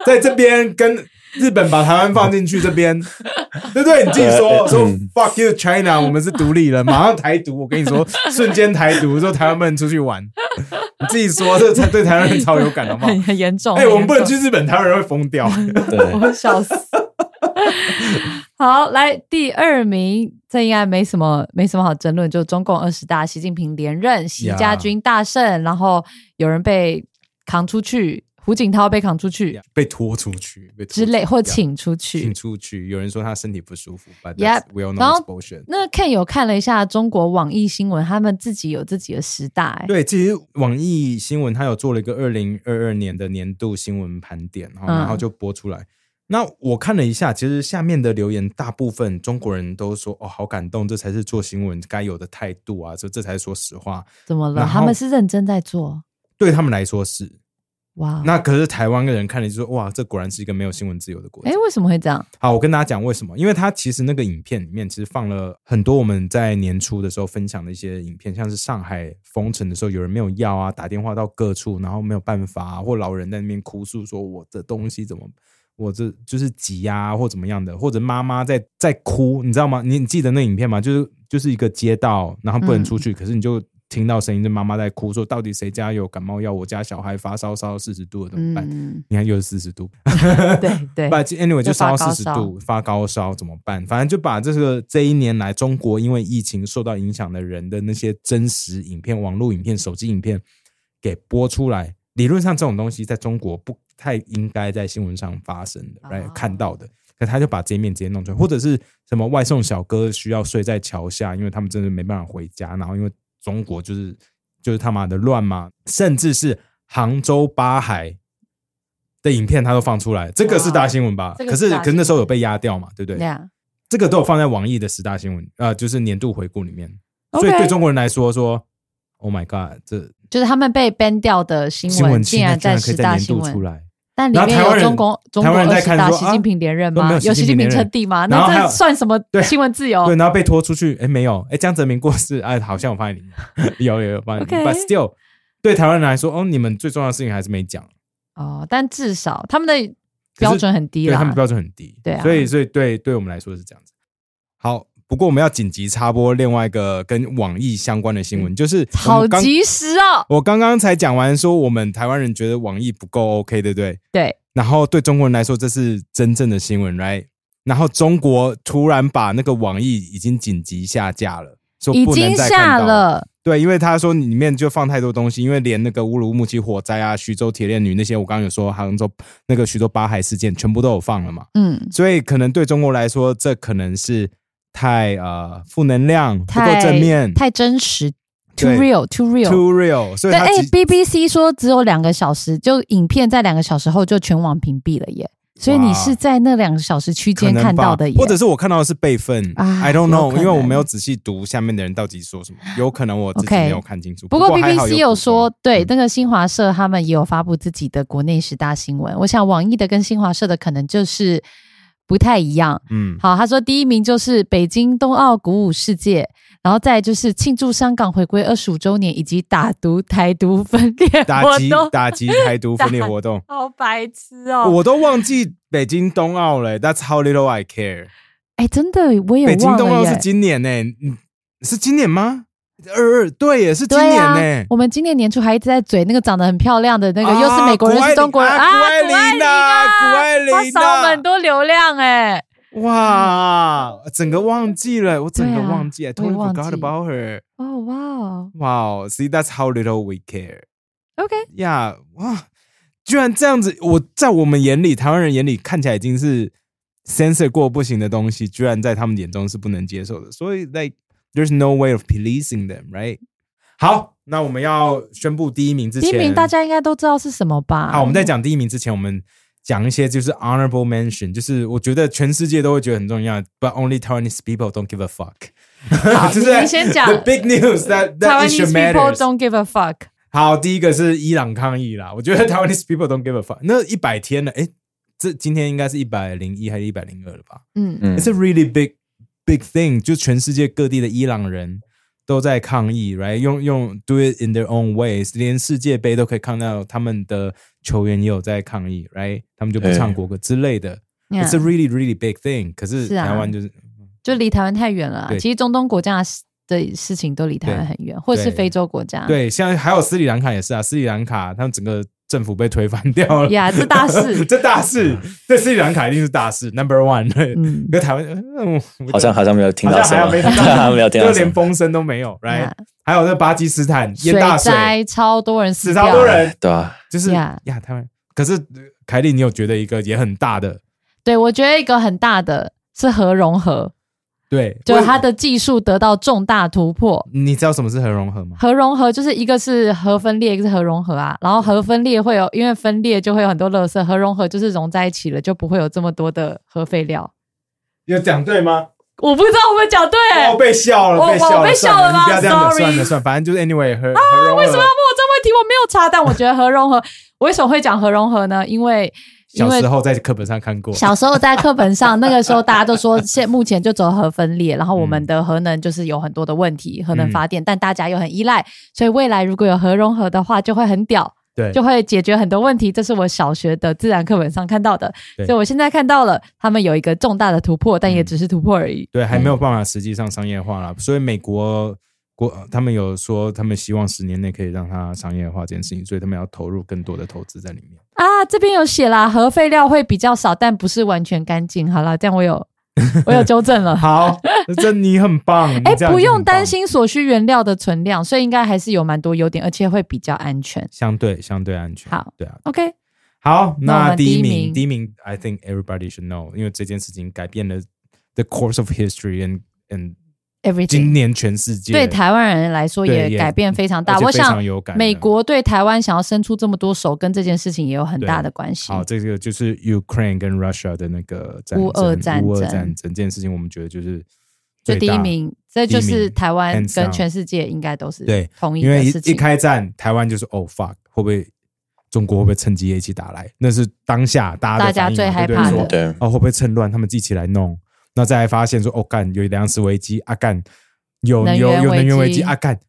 Speaker 3: 在这边跟日本把台湾放进去这边，对不对？你自己说
Speaker 2: 呃
Speaker 3: 说
Speaker 2: 嗯
Speaker 3: fuck you China，我们是独立人，马上台独。我跟你说，瞬间台独，说台湾不能出去玩。你自己说，这才对台湾人超有感，好不 好
Speaker 1: 很？很严重。
Speaker 3: 哎、
Speaker 1: 很
Speaker 3: 我
Speaker 1: 严
Speaker 3: 们不能
Speaker 1: 重
Speaker 3: 去日本，台湾人会疯掉。
Speaker 2: 对
Speaker 1: 我，会笑死。好，来第二名，这应该没什么没什么好争论，就中共二十大，习近平连任，习家军大胜然后有人被扛出去，胡锦涛被扛出去
Speaker 3: 被拖出去，被拖出
Speaker 1: 之
Speaker 3: 去
Speaker 1: 类，或
Speaker 3: yeah，
Speaker 1: 请出
Speaker 3: 请
Speaker 1: 去。
Speaker 3: 出去。有人说他身体不舒服，but
Speaker 1: Yep，
Speaker 3: that's- we all
Speaker 1: 然
Speaker 3: know
Speaker 1: 后
Speaker 3: it's bullshit。
Speaker 1: 那 Ken 有看了一下中国网易新闻，他们自己有自己的十大、欸，
Speaker 3: 对，其实网易新闻它有做了一个二零二二年的年度新闻盘点，然后
Speaker 1: 嗯
Speaker 3: 然后就播出来。那我看了一下，其实下面的留言大部分中国人都说：“哦，好感动，这才是做新闻该有的态度啊！”这这才是说实话，
Speaker 1: 怎么了？
Speaker 3: 然后
Speaker 1: 他们是认真在做，
Speaker 3: 对他们来说是。
Speaker 1: 哇！
Speaker 3: 那可是台湾的人看了就说：“哇，这果然是一个没有新闻自由的国家。”
Speaker 1: 哎、为什么会这样？
Speaker 3: 好，我跟大家讲为什么？因为它其实那个影片里面其实放了很多我们在年初的时候分享的一些影片，像是上海封城的时候，有人没有药啊，打电话到各处，然后没有办法、啊，或老人在那边哭诉说我的东西怎么。我这就是急呀、或怎么样的，或者妈妈在在哭，你知道吗？你你记得那影片吗？就是就是一个街道，然后不能出去，可是你就听到声音，就妈妈在哭，说到底谁家有感冒药？我家小孩发烧烧到四十度了，怎 么办？
Speaker 1: 嗯，
Speaker 3: 你看又是四十度，
Speaker 1: 对对，
Speaker 3: But anyway，就
Speaker 1: 就发
Speaker 3: 烧四
Speaker 1: 高
Speaker 3: 十
Speaker 1: 烧
Speaker 3: 度，发高烧怎么办？反正就把这个这一年来中国因为疫情受到影响的人的那些真实影片、网络影片、手机影片给播出来。理论上这种东西在中国不太应该在新闻上发生的，来、
Speaker 1: 啊
Speaker 3: 看到的。可他就把这一面直接弄出来，或者是什么外送小哥需要睡在桥下，因为他们真的没办法回家，然后因为中国就是就是他妈的乱嘛，甚至是杭州八海的影片他都放出来，这个是大新闻吧？
Speaker 1: 这个
Speaker 3: 可
Speaker 1: 是
Speaker 3: 是
Speaker 1: 大
Speaker 3: 可是那时候有被压掉嘛，对不
Speaker 1: 对
Speaker 3: 对？
Speaker 1: 呀，
Speaker 3: 这个都有放在网易的十大新闻，呃，就是年度回顾里面。
Speaker 1: OK
Speaker 3: 所以对中国人来说，说 Oh my God，这
Speaker 1: 就是他们被 ban 掉的新
Speaker 3: 新
Speaker 1: 闻，
Speaker 3: 闻
Speaker 1: 竟
Speaker 3: 现
Speaker 1: 然
Speaker 3: 居然可
Speaker 1: 十
Speaker 3: 以在
Speaker 1: 大
Speaker 3: 年
Speaker 1: 新
Speaker 3: 度
Speaker 1: 闻
Speaker 3: 出来，
Speaker 1: 但里
Speaker 3: 然后
Speaker 1: 面
Speaker 3: 台湾
Speaker 1: 有
Speaker 3: 人
Speaker 1: 中国中
Speaker 3: 台
Speaker 1: 国
Speaker 3: 湾
Speaker 1: 二
Speaker 3: 人在
Speaker 1: 十
Speaker 3: 看
Speaker 1: 大，
Speaker 3: 说
Speaker 1: 习
Speaker 3: 啊
Speaker 1: 近平连任
Speaker 3: 都没
Speaker 1: 吗
Speaker 3: 有？习
Speaker 1: 习
Speaker 3: 近
Speaker 1: 近
Speaker 3: 平
Speaker 1: 平
Speaker 3: 连任
Speaker 1: 称帝吗？
Speaker 3: 然后
Speaker 1: 那
Speaker 3: 还有
Speaker 1: 这算什么
Speaker 3: 对
Speaker 1: 新闻自
Speaker 3: 对，
Speaker 1: 由？
Speaker 3: 然后被拖出去，哎，没有，哎，江泽民过世， 哎，好像我发现你 有有有发现你
Speaker 1: OK
Speaker 3: ，But still，对台湾人来说，哦，你们最重要的事情还是没讲，
Speaker 1: 哦，但至少他们的标准很低
Speaker 3: 对他
Speaker 1: 啦
Speaker 3: 们。标准很低，
Speaker 1: 对啊
Speaker 3: 所以所以对对我们来说是这样子。好，不过我们要紧急插播另外一个跟网易相关的新
Speaker 1: 嗯
Speaker 3: 闻，就是我
Speaker 1: 好
Speaker 3: 们刚
Speaker 1: 及时哦！
Speaker 3: 我刚刚才讲完说我们台湾人觉得网易不够 OK，对不对？
Speaker 1: 对，
Speaker 3: 然后对中国人来说这是真正的新闻，right？然后中国突然把那个网易已经紧急下架了，说
Speaker 1: 已
Speaker 3: 不能
Speaker 1: 经
Speaker 3: 再
Speaker 1: 下
Speaker 3: 看到了。
Speaker 1: 了，
Speaker 3: 对，因为他说里面就放太多东西，因为连那个乌鲁木齐火灾啊、徐州铁链女那些，我刚刚有说杭州那个徐州八海事件，全部都有放了嘛。
Speaker 1: 嗯，
Speaker 3: 所以可能对中国来说，这可能是太呃负能量，不够
Speaker 1: 太
Speaker 3: 正面
Speaker 1: 太真实，too
Speaker 3: 对
Speaker 1: real，too real。
Speaker 3: ，too real。所以
Speaker 1: 对，
Speaker 3: 他
Speaker 1: 哎
Speaker 3: 急
Speaker 1: ，BBC 说只有两个小时，就影片在两个小时后就全网屏蔽了耶。所以你是在那两个小时区
Speaker 3: 可
Speaker 1: 间
Speaker 3: 能
Speaker 1: 看到
Speaker 3: 吧
Speaker 1: 的耶，
Speaker 3: 或者是我看到的是备份
Speaker 1: 啊
Speaker 3: ，I don't
Speaker 1: 有
Speaker 3: know，
Speaker 1: 可能
Speaker 3: 因为我没有仔细读下面的人到底说什么，有可能我自己
Speaker 1: OK
Speaker 3: 没有看清楚。
Speaker 1: 不过
Speaker 3: 过还好
Speaker 1: BBC 有
Speaker 3: 有
Speaker 1: 说
Speaker 3: 补，
Speaker 1: 对
Speaker 3: 嗯
Speaker 1: 那个新华社他们也有发布自己的国内十大新闻。我想网易的跟新华社的可能就是不太一样。
Speaker 3: 嗯，
Speaker 1: 好，他说第一名就是北京冬奥鼓舞世界，然后再来就是庆祝香港回归二十五周年以及打独台独分裂
Speaker 3: 打
Speaker 1: 活
Speaker 3: 击
Speaker 1: 动，
Speaker 3: 打击台 独分裂活动，
Speaker 1: 好白痴哦！
Speaker 3: 我都忘记北京冬奥了。That's 欸 how little I care。
Speaker 1: 哎、真的我也
Speaker 3: 北京
Speaker 1: 忘
Speaker 3: 冬
Speaker 1: 了
Speaker 3: 奥是
Speaker 1: 耶。
Speaker 3: 今年呢、嗯是今年吗？二二对耶，是今
Speaker 1: 对
Speaker 3: 年
Speaker 1: 啊
Speaker 3: 呢、，
Speaker 1: 我们今年年初还一直在嘴那个长得很漂亮的那个，又是美国人
Speaker 3: 啊
Speaker 1: 是中国人
Speaker 3: 谷爱
Speaker 1: 谷爱
Speaker 3: 凌
Speaker 1: 凌
Speaker 3: 啊，
Speaker 1: 啊，
Speaker 3: 谷爱
Speaker 1: 她
Speaker 3: 凌
Speaker 1: 少
Speaker 3: 啊，
Speaker 1: 了很多流量哎、
Speaker 3: 哇，整个忘记了，我整个
Speaker 1: 对啊
Speaker 3: 忘记了、i
Speaker 1: 我
Speaker 3: totally
Speaker 1: 也忘
Speaker 3: forgot
Speaker 1: 记
Speaker 3: about her。
Speaker 1: 哦，哇哦
Speaker 3: 哇、s e e that's how little we care。
Speaker 1: ，OK，
Speaker 3: 呀，哇，居然这样子，我在我们眼里，台湾人眼里看起来已经是 censor 过不行的东西，居然在他们眼中是不能接受的。所以，like there's no way of policing them, right？好，那我们要宣布第一名之
Speaker 1: 第
Speaker 3: 前，
Speaker 1: 一名大家应该都知道是什么吧？
Speaker 3: 好，我们在讲第一名之前，我们讲一些就是 honorable mention，就是我觉得全世界都会觉得很重要，but only Taiwanese people don't give a fuck。
Speaker 1: 好，
Speaker 3: 就
Speaker 1: 你
Speaker 3: 是
Speaker 1: 你先讲
Speaker 3: the big news that that issue
Speaker 1: Taiwanese people
Speaker 3: matters。
Speaker 1: don't give a fuck。
Speaker 3: 好，第一个是伊朗抗议啦，我觉得 Taiwanese people don't give a fuck。那一百天了，诶，这今天应该是一百零一还是一百零二了吧
Speaker 1: 嗯，
Speaker 2: 嗯
Speaker 3: ？It's a really big big thing，就全世界各地的伊朗人都在抗议，right？用用 do it in their own ways，连世界杯都可以看到他们的球员也有在抗议，right？他们就不
Speaker 2: 对
Speaker 3: 唱国歌之类的。It's a
Speaker 1: Yeah，
Speaker 3: really really big thing。可是
Speaker 1: 是啊
Speaker 3: 台湾就是
Speaker 1: 就离台湾太远了啊。
Speaker 3: 对
Speaker 1: 其实中东国家的事情都离台湾很远，或者是
Speaker 3: 对
Speaker 1: 非洲国家。
Speaker 3: 对，像还有斯里兰卡也是啊，斯里兰卡他们整个政府被推翻掉了。
Speaker 1: 呀，这大事。
Speaker 3: 这大事，对斯里兰卡一定是大事，Number One。
Speaker 1: 嗯，
Speaker 3: 跟台湾，嗯，我
Speaker 2: 好像好像没有听到
Speaker 3: 好
Speaker 2: 什
Speaker 3: 像
Speaker 2: 么，
Speaker 3: 还有没听到
Speaker 2: 好像没有听
Speaker 3: 就
Speaker 2: 到什
Speaker 3: 连
Speaker 2: 么。
Speaker 3: 风声都没有，right？
Speaker 1: Yeah
Speaker 3: 还有那巴基斯坦
Speaker 1: 水
Speaker 3: 淹大水，
Speaker 1: 灾超多人死
Speaker 3: 死
Speaker 1: 掉，
Speaker 3: 超多人，
Speaker 2: 对啊，
Speaker 3: 就是呀
Speaker 1: Yeah，
Speaker 3: 台湾。可是呃凯莉，你有觉得一个也很大的，
Speaker 1: 对我觉得一个很大的是核融合，
Speaker 3: 对，
Speaker 1: 就是它
Speaker 3: 他，
Speaker 1: 的技术得到重大突破。
Speaker 3: 你知道什么是核融合吗？
Speaker 1: 核融合就是一个是核分裂，一个是核融合啊。然后核分裂会有，因为分裂就会有很多垃圾，核融合就是融在一起了，就不会有这么多的核废料。
Speaker 3: 有讲对吗？
Speaker 1: 我不知道我们讲对、
Speaker 3: 哦，被笑了，
Speaker 1: 我
Speaker 3: 被笑
Speaker 1: 我被笑
Speaker 3: 算了
Speaker 1: 了吗
Speaker 3: 你不要这
Speaker 1: Sorry 啊
Speaker 3: 样子，算了算了，反正就是 anyway 核核融合，
Speaker 1: 为什么要问我这问题？我没有查，但我觉得核融合，我为什么会讲核融合呢？因为因
Speaker 3: 小
Speaker 1: 为
Speaker 3: 时候在课本上看过，
Speaker 1: 小时候在课本上，那个时候大家都说现目前就走核分裂，然后我们的核能就是有很多的问题，核能发电，但大家又很依赖，所以未来如果有核融合的话，就会很屌，
Speaker 3: 对
Speaker 1: 就会解决很多问题。这是我小学的自然课本上看到的，
Speaker 3: 对
Speaker 1: 所以我现在看到了他们有一个重大的突破，但也只是突破而已。
Speaker 3: 对，还没有办法实际上商业化了，所以美国国呃他们有说，他们希望十年内可以让它商业化这件事情，所以他们要投入更多的投资在里面。
Speaker 1: 啊，这边有写啦，核废料会比较少，但不是完全干净。好了，这样我 有我有纠正了。
Speaker 3: 好，这你很棒，你
Speaker 1: 哎，
Speaker 3: 这样
Speaker 1: 不
Speaker 3: 已经
Speaker 1: 用
Speaker 3: 很棒
Speaker 1: 担，心所需原料的存量，所以应该还是有蛮多优点，而且会比较安全。
Speaker 3: 相对相对安全。
Speaker 1: 好，
Speaker 3: 对啊，
Speaker 1: OK，
Speaker 3: 好，
Speaker 1: 那我
Speaker 3: 那
Speaker 1: 们
Speaker 3: 第一
Speaker 1: 第一
Speaker 3: 名，
Speaker 1: 名
Speaker 3: 第一名，I think everybody should know，因为这件事情改变了 the course of history and and 今
Speaker 1: everything
Speaker 3: 年全世界
Speaker 1: 对台湾人来说
Speaker 3: 对
Speaker 1: 也
Speaker 3: 也
Speaker 1: 改变非常大。
Speaker 3: 而且
Speaker 1: 我
Speaker 3: 非常
Speaker 1: 想
Speaker 3: 有感的
Speaker 1: 美国对台湾想要伸出这么多手，跟这件事情也有很大的关系。
Speaker 3: 好，这个就是 Ukraine 跟 Russia 的那个战争，
Speaker 1: 乌俄战
Speaker 3: 乌俄
Speaker 1: 争
Speaker 3: 战争这件事情，我们觉得就是
Speaker 1: 就
Speaker 3: 最
Speaker 1: 第一
Speaker 3: 大
Speaker 1: 名，这就
Speaker 3: 第一
Speaker 1: 是
Speaker 3: 名
Speaker 1: 台湾
Speaker 3: hands
Speaker 1: 跟
Speaker 3: down
Speaker 1: 全世界应该都是
Speaker 3: 对
Speaker 1: 同一
Speaker 3: 因为
Speaker 1: 的
Speaker 3: 一
Speaker 1: 事
Speaker 3: 一
Speaker 1: 情。
Speaker 3: 开战，台湾就是哦 fuck，会不会中国会不会趁机也一起打来？那是当下大家的
Speaker 1: 大家
Speaker 3: 反应嘛
Speaker 1: 最害
Speaker 3: 对不
Speaker 1: 怕
Speaker 3: 对
Speaker 1: 的
Speaker 3: 说
Speaker 2: 对，
Speaker 3: 哦会不会趁乱他们一起来弄？那再来发现说哦干有粮食危机啊干有
Speaker 1: 能
Speaker 3: 有
Speaker 1: 源
Speaker 3: 有能源危
Speaker 1: 危
Speaker 3: 机
Speaker 1: 机
Speaker 3: 啊干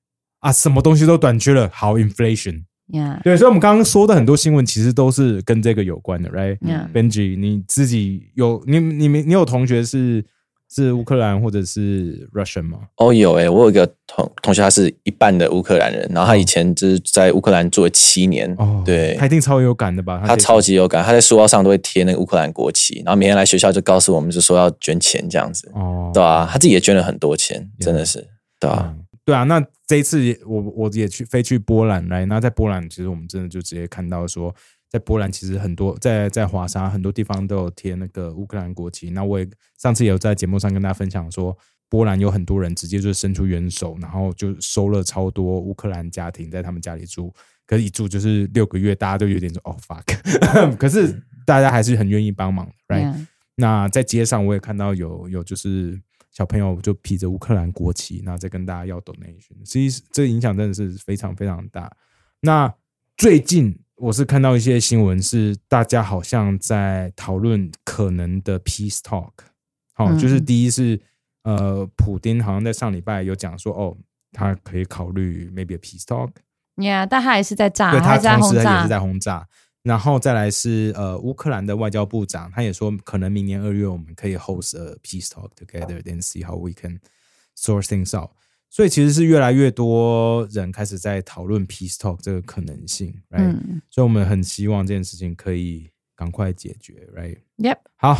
Speaker 3: 啊什么东西都短缺了，好 inflation。
Speaker 1: Yeah，
Speaker 3: 对，所以我们刚刚说的很多新闻其实都是跟这个有关的，right？
Speaker 2: 嗯
Speaker 1: Yeah
Speaker 3: Benji，你自己有你你们你有同学是是乌克兰或者是 Russian 吗？
Speaker 2: 哦有诶、我有一个同同学，他是一半的乌克兰人，然后他以前就是在乌克兰住了七年，
Speaker 3: 哦，
Speaker 2: 对
Speaker 3: 他一定超有感的吧？
Speaker 2: 他
Speaker 3: 这
Speaker 2: 超级有感，他在书包上都会贴那个乌克兰国旗，然后每天来学校就告诉我们，就说要捐钱这样子，
Speaker 3: 哦，
Speaker 2: 对啊，他自己也捐了很多钱，真的是，对啊，
Speaker 3: 嗯对啊，那这一次也我我也去飞去波兰来，那在波兰其实我们真的就直接看到说，在波兰其实很多在在华沙很多地方都有贴那个乌克兰国旗。那我也上次也有在节目上跟大家分享说，波兰有很多人直接就伸出援手，然后就收了超多乌克兰家庭在他们家里住，可是一住就是六个月，大家都有点说哦 fuck，可是 大家还是很愿意帮忙的，right？、
Speaker 1: Yeah
Speaker 3: 那在街上我也看到有有就是小朋友就披着乌克兰国旗，然后再跟大家要 donation，其实这个影响真的是非常非常大。那最近我是看到一些新闻，是大家好像在讨论可能的 peace talk，好、
Speaker 1: 嗯
Speaker 3: 就是第一是呃，普丁好像在上礼拜有讲说，哦，他可以考虑 maybe a peace talk，
Speaker 1: ，Yeah，但啊他还是在炸，
Speaker 3: 对
Speaker 1: 还
Speaker 3: 他
Speaker 1: 是在
Speaker 3: 同
Speaker 1: 轰
Speaker 3: 时他也是
Speaker 1: 炸，
Speaker 3: 在轰炸。然后再来是呃，乌克兰的外交部长，他也说，可能明年二月我们可以 host a peace talk together，then see how we can sort things out。所以其实是越来越多人开始在讨论 peace talk 这个可能性，right？、
Speaker 1: 嗯
Speaker 3: 所以我们很希望这件事情可以赶快解决，right？
Speaker 1: ，Yep，
Speaker 3: 好，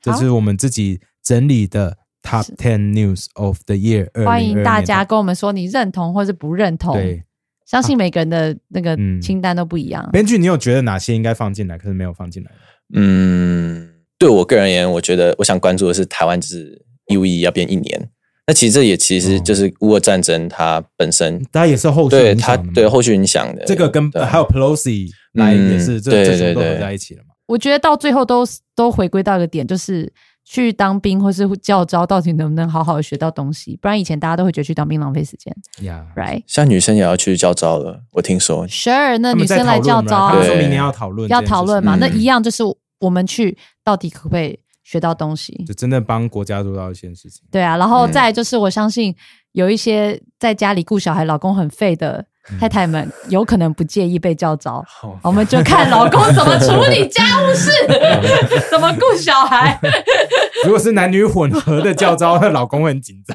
Speaker 3: 这是我们自己整理的 top ten news of the year，
Speaker 1: 欢迎大家
Speaker 3: 2022
Speaker 1: 跟我们说你认同或是不认同，
Speaker 3: 对啊
Speaker 1: 相信每个人的那个
Speaker 3: 嗯
Speaker 1: 清单都不一样。
Speaker 3: 编剧，你有觉得哪些应该放进来，可是没有放进来的？
Speaker 2: 嗯，对我个人而言，我觉得我想关注的是台湾就是 U E 要变一年。那其实这也其实就是乌俄战争它本身，
Speaker 3: 它也是哦后续
Speaker 2: 对
Speaker 3: 影
Speaker 2: 它
Speaker 3: 响的嘛
Speaker 2: 对后续影响的。
Speaker 3: 这个跟
Speaker 2: 对啊
Speaker 3: 还有 Pelosi 来也是，
Speaker 2: 嗯
Speaker 3: 这
Speaker 2: 对
Speaker 3: 这全
Speaker 2: 对
Speaker 3: 部都合
Speaker 2: 对
Speaker 3: 在一起了嘛？
Speaker 1: 我觉得到最后都都回归到一个点，就是去当兵或是教招，到底能不能好好的学到东西？不然以前大家都会觉得去当兵浪费时间
Speaker 3: 呀，
Speaker 1: ，right？Sure，
Speaker 2: 像女生也要去教招了，我听说。
Speaker 1: 那
Speaker 3: 他们
Speaker 1: 女
Speaker 3: 在
Speaker 1: 生
Speaker 3: 讨
Speaker 1: 来
Speaker 3: 论
Speaker 1: 教
Speaker 3: 嘛
Speaker 1: 招啊
Speaker 3: 他们
Speaker 2: 对
Speaker 3: 说明年要讨论，
Speaker 1: 要讨论嘛，
Speaker 2: 嗯
Speaker 1: 那一样就是我们去到底可不可以学到东西？
Speaker 3: 就真的帮国家做到一些事情。
Speaker 1: 对啊，然
Speaker 2: 嗯
Speaker 1: 后再来就是我相信有一些在家里顾小孩、老公很废的
Speaker 2: 嗯
Speaker 1: 太太们，有可能不介意被叫招。我们就看老公怎么处理家务事， 怎么顾小孩。
Speaker 3: 如果是男女混合的教招，那老公会很紧 张。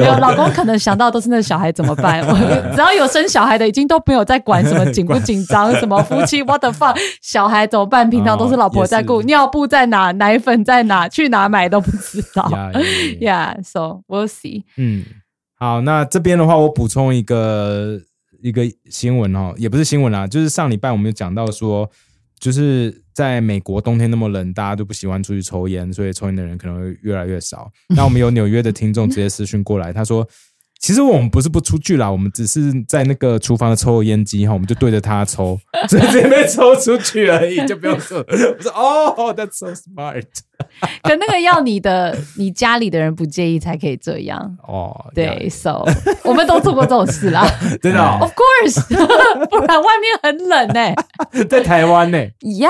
Speaker 1: 没有，老公可能想到都是那小孩怎么办？我只 要有生小孩的，已经都没有在管 什么紧不紧张，什么夫妻 what the fuck，小孩怎么办？平常都是老婆在顾，
Speaker 3: 啊也是
Speaker 1: 尿布在哪，奶粉在哪，去哪买都不知 道。
Speaker 3: 呀呀呀
Speaker 1: Yeah，so we'll see。
Speaker 3: 嗯，好，那这边的话，我补充一个一个新闻哦，也不是新闻啦，就是上礼拜我们有讲到说，就是在美国冬天那么冷，大家都不喜欢出去抽烟，所以抽烟的人可能会越来越少。那我们有纽约的听众直接私讯过来，他说。其实我们不是不出去啦，我们只是在那个厨房的抽油烟机哈，我们就对着它抽，所以直接被抽出去而已，就不用说。我说哦、t h a t s so smart
Speaker 1: 可那个要你的， 你家里的人不介意才可以这样。
Speaker 3: 哦，
Speaker 1: 对，so 我们都做过这种事 啦
Speaker 3: yeah，真的哦、
Speaker 1: ，of course，不 然外面很冷呢、
Speaker 3: 在台湾呢、
Speaker 1: 呀、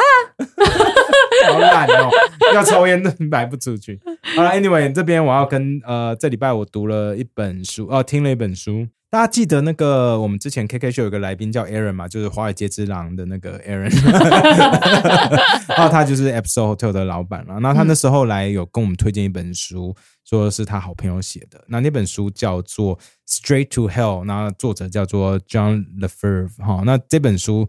Speaker 3: 好懒哦，要抽烟都买不出去。好了，Anyway，这边我要跟呃，这礼拜我读了一本书，哦、听了一本书。大家记得那个我们之前 KK 秀有个来宾叫 Aaron 嘛，就是《华尔街之狼》的那个 Aaron，然后他就是 Episode Hotel 的老板嘛。那他那时候来有跟我们推荐一本书，说是他好朋友写的。那那本书叫做《Straight to Hell》，那作者叫做 John Lefevre 哈。那这本书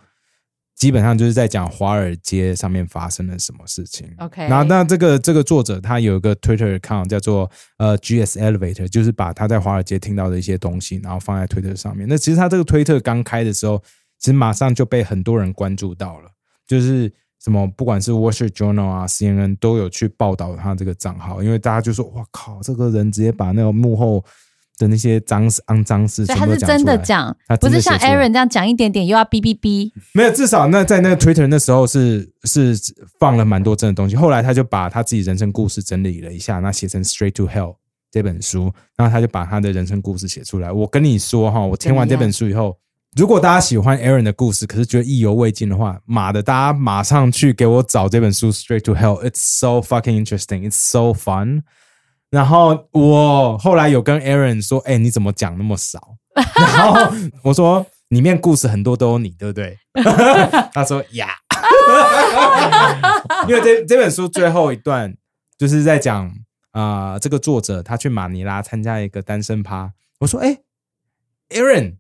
Speaker 3: 基本上就是在讲华尔街上面发生了什么事情。
Speaker 1: o k
Speaker 3: 然后，那这个这个作者他有一个 Twitter account 叫做呃 GS Elevator，就是把他在华尔街听到的一些东西，然后放在推特上面。那其实他这个推特刚开的时候，其实马上就被很多人关注到了，就是什么不管是 Wall Street Journal 啊、CNN 都有去报道他这个账号，因为大家就说哇靠，这个人直接把那个幕后的那些脏事、肮脏事
Speaker 1: 所
Speaker 3: 全
Speaker 1: 以他
Speaker 3: 部都
Speaker 1: 是
Speaker 3: 讲
Speaker 1: 真
Speaker 3: 出来，
Speaker 1: 的讲
Speaker 3: 他，
Speaker 1: 不
Speaker 3: 真的
Speaker 1: 是像
Speaker 3: 写出来
Speaker 1: Aaron 这样讲一点点又要哔哔哔。
Speaker 3: 没有，至少那在那个 Twitter 那时候是是放了蛮多真的东西。后来他就把他自己人生故事整理了一下，那写成《Straight to Hell》这本书，然后他就把他的人生故事写出来。我跟你说哈，我听完这本书以后，如果大家喜欢 Aaron 的故事，可是觉得意犹未尽的话，妈的，大家马上去给我找这本书《Straight to Hell》，It's so fucking interesting，It's so fun。然后我后来有跟 Aaron 说：“哎、你怎么讲那么少？” 然后我说：“里面故事很多都有你，对不对？” 他说：“呀。”因为这这本书最后一段就是在讲啊、呃这个作者他去马尼拉参加一个单身趴。我说：“哎、a a r o n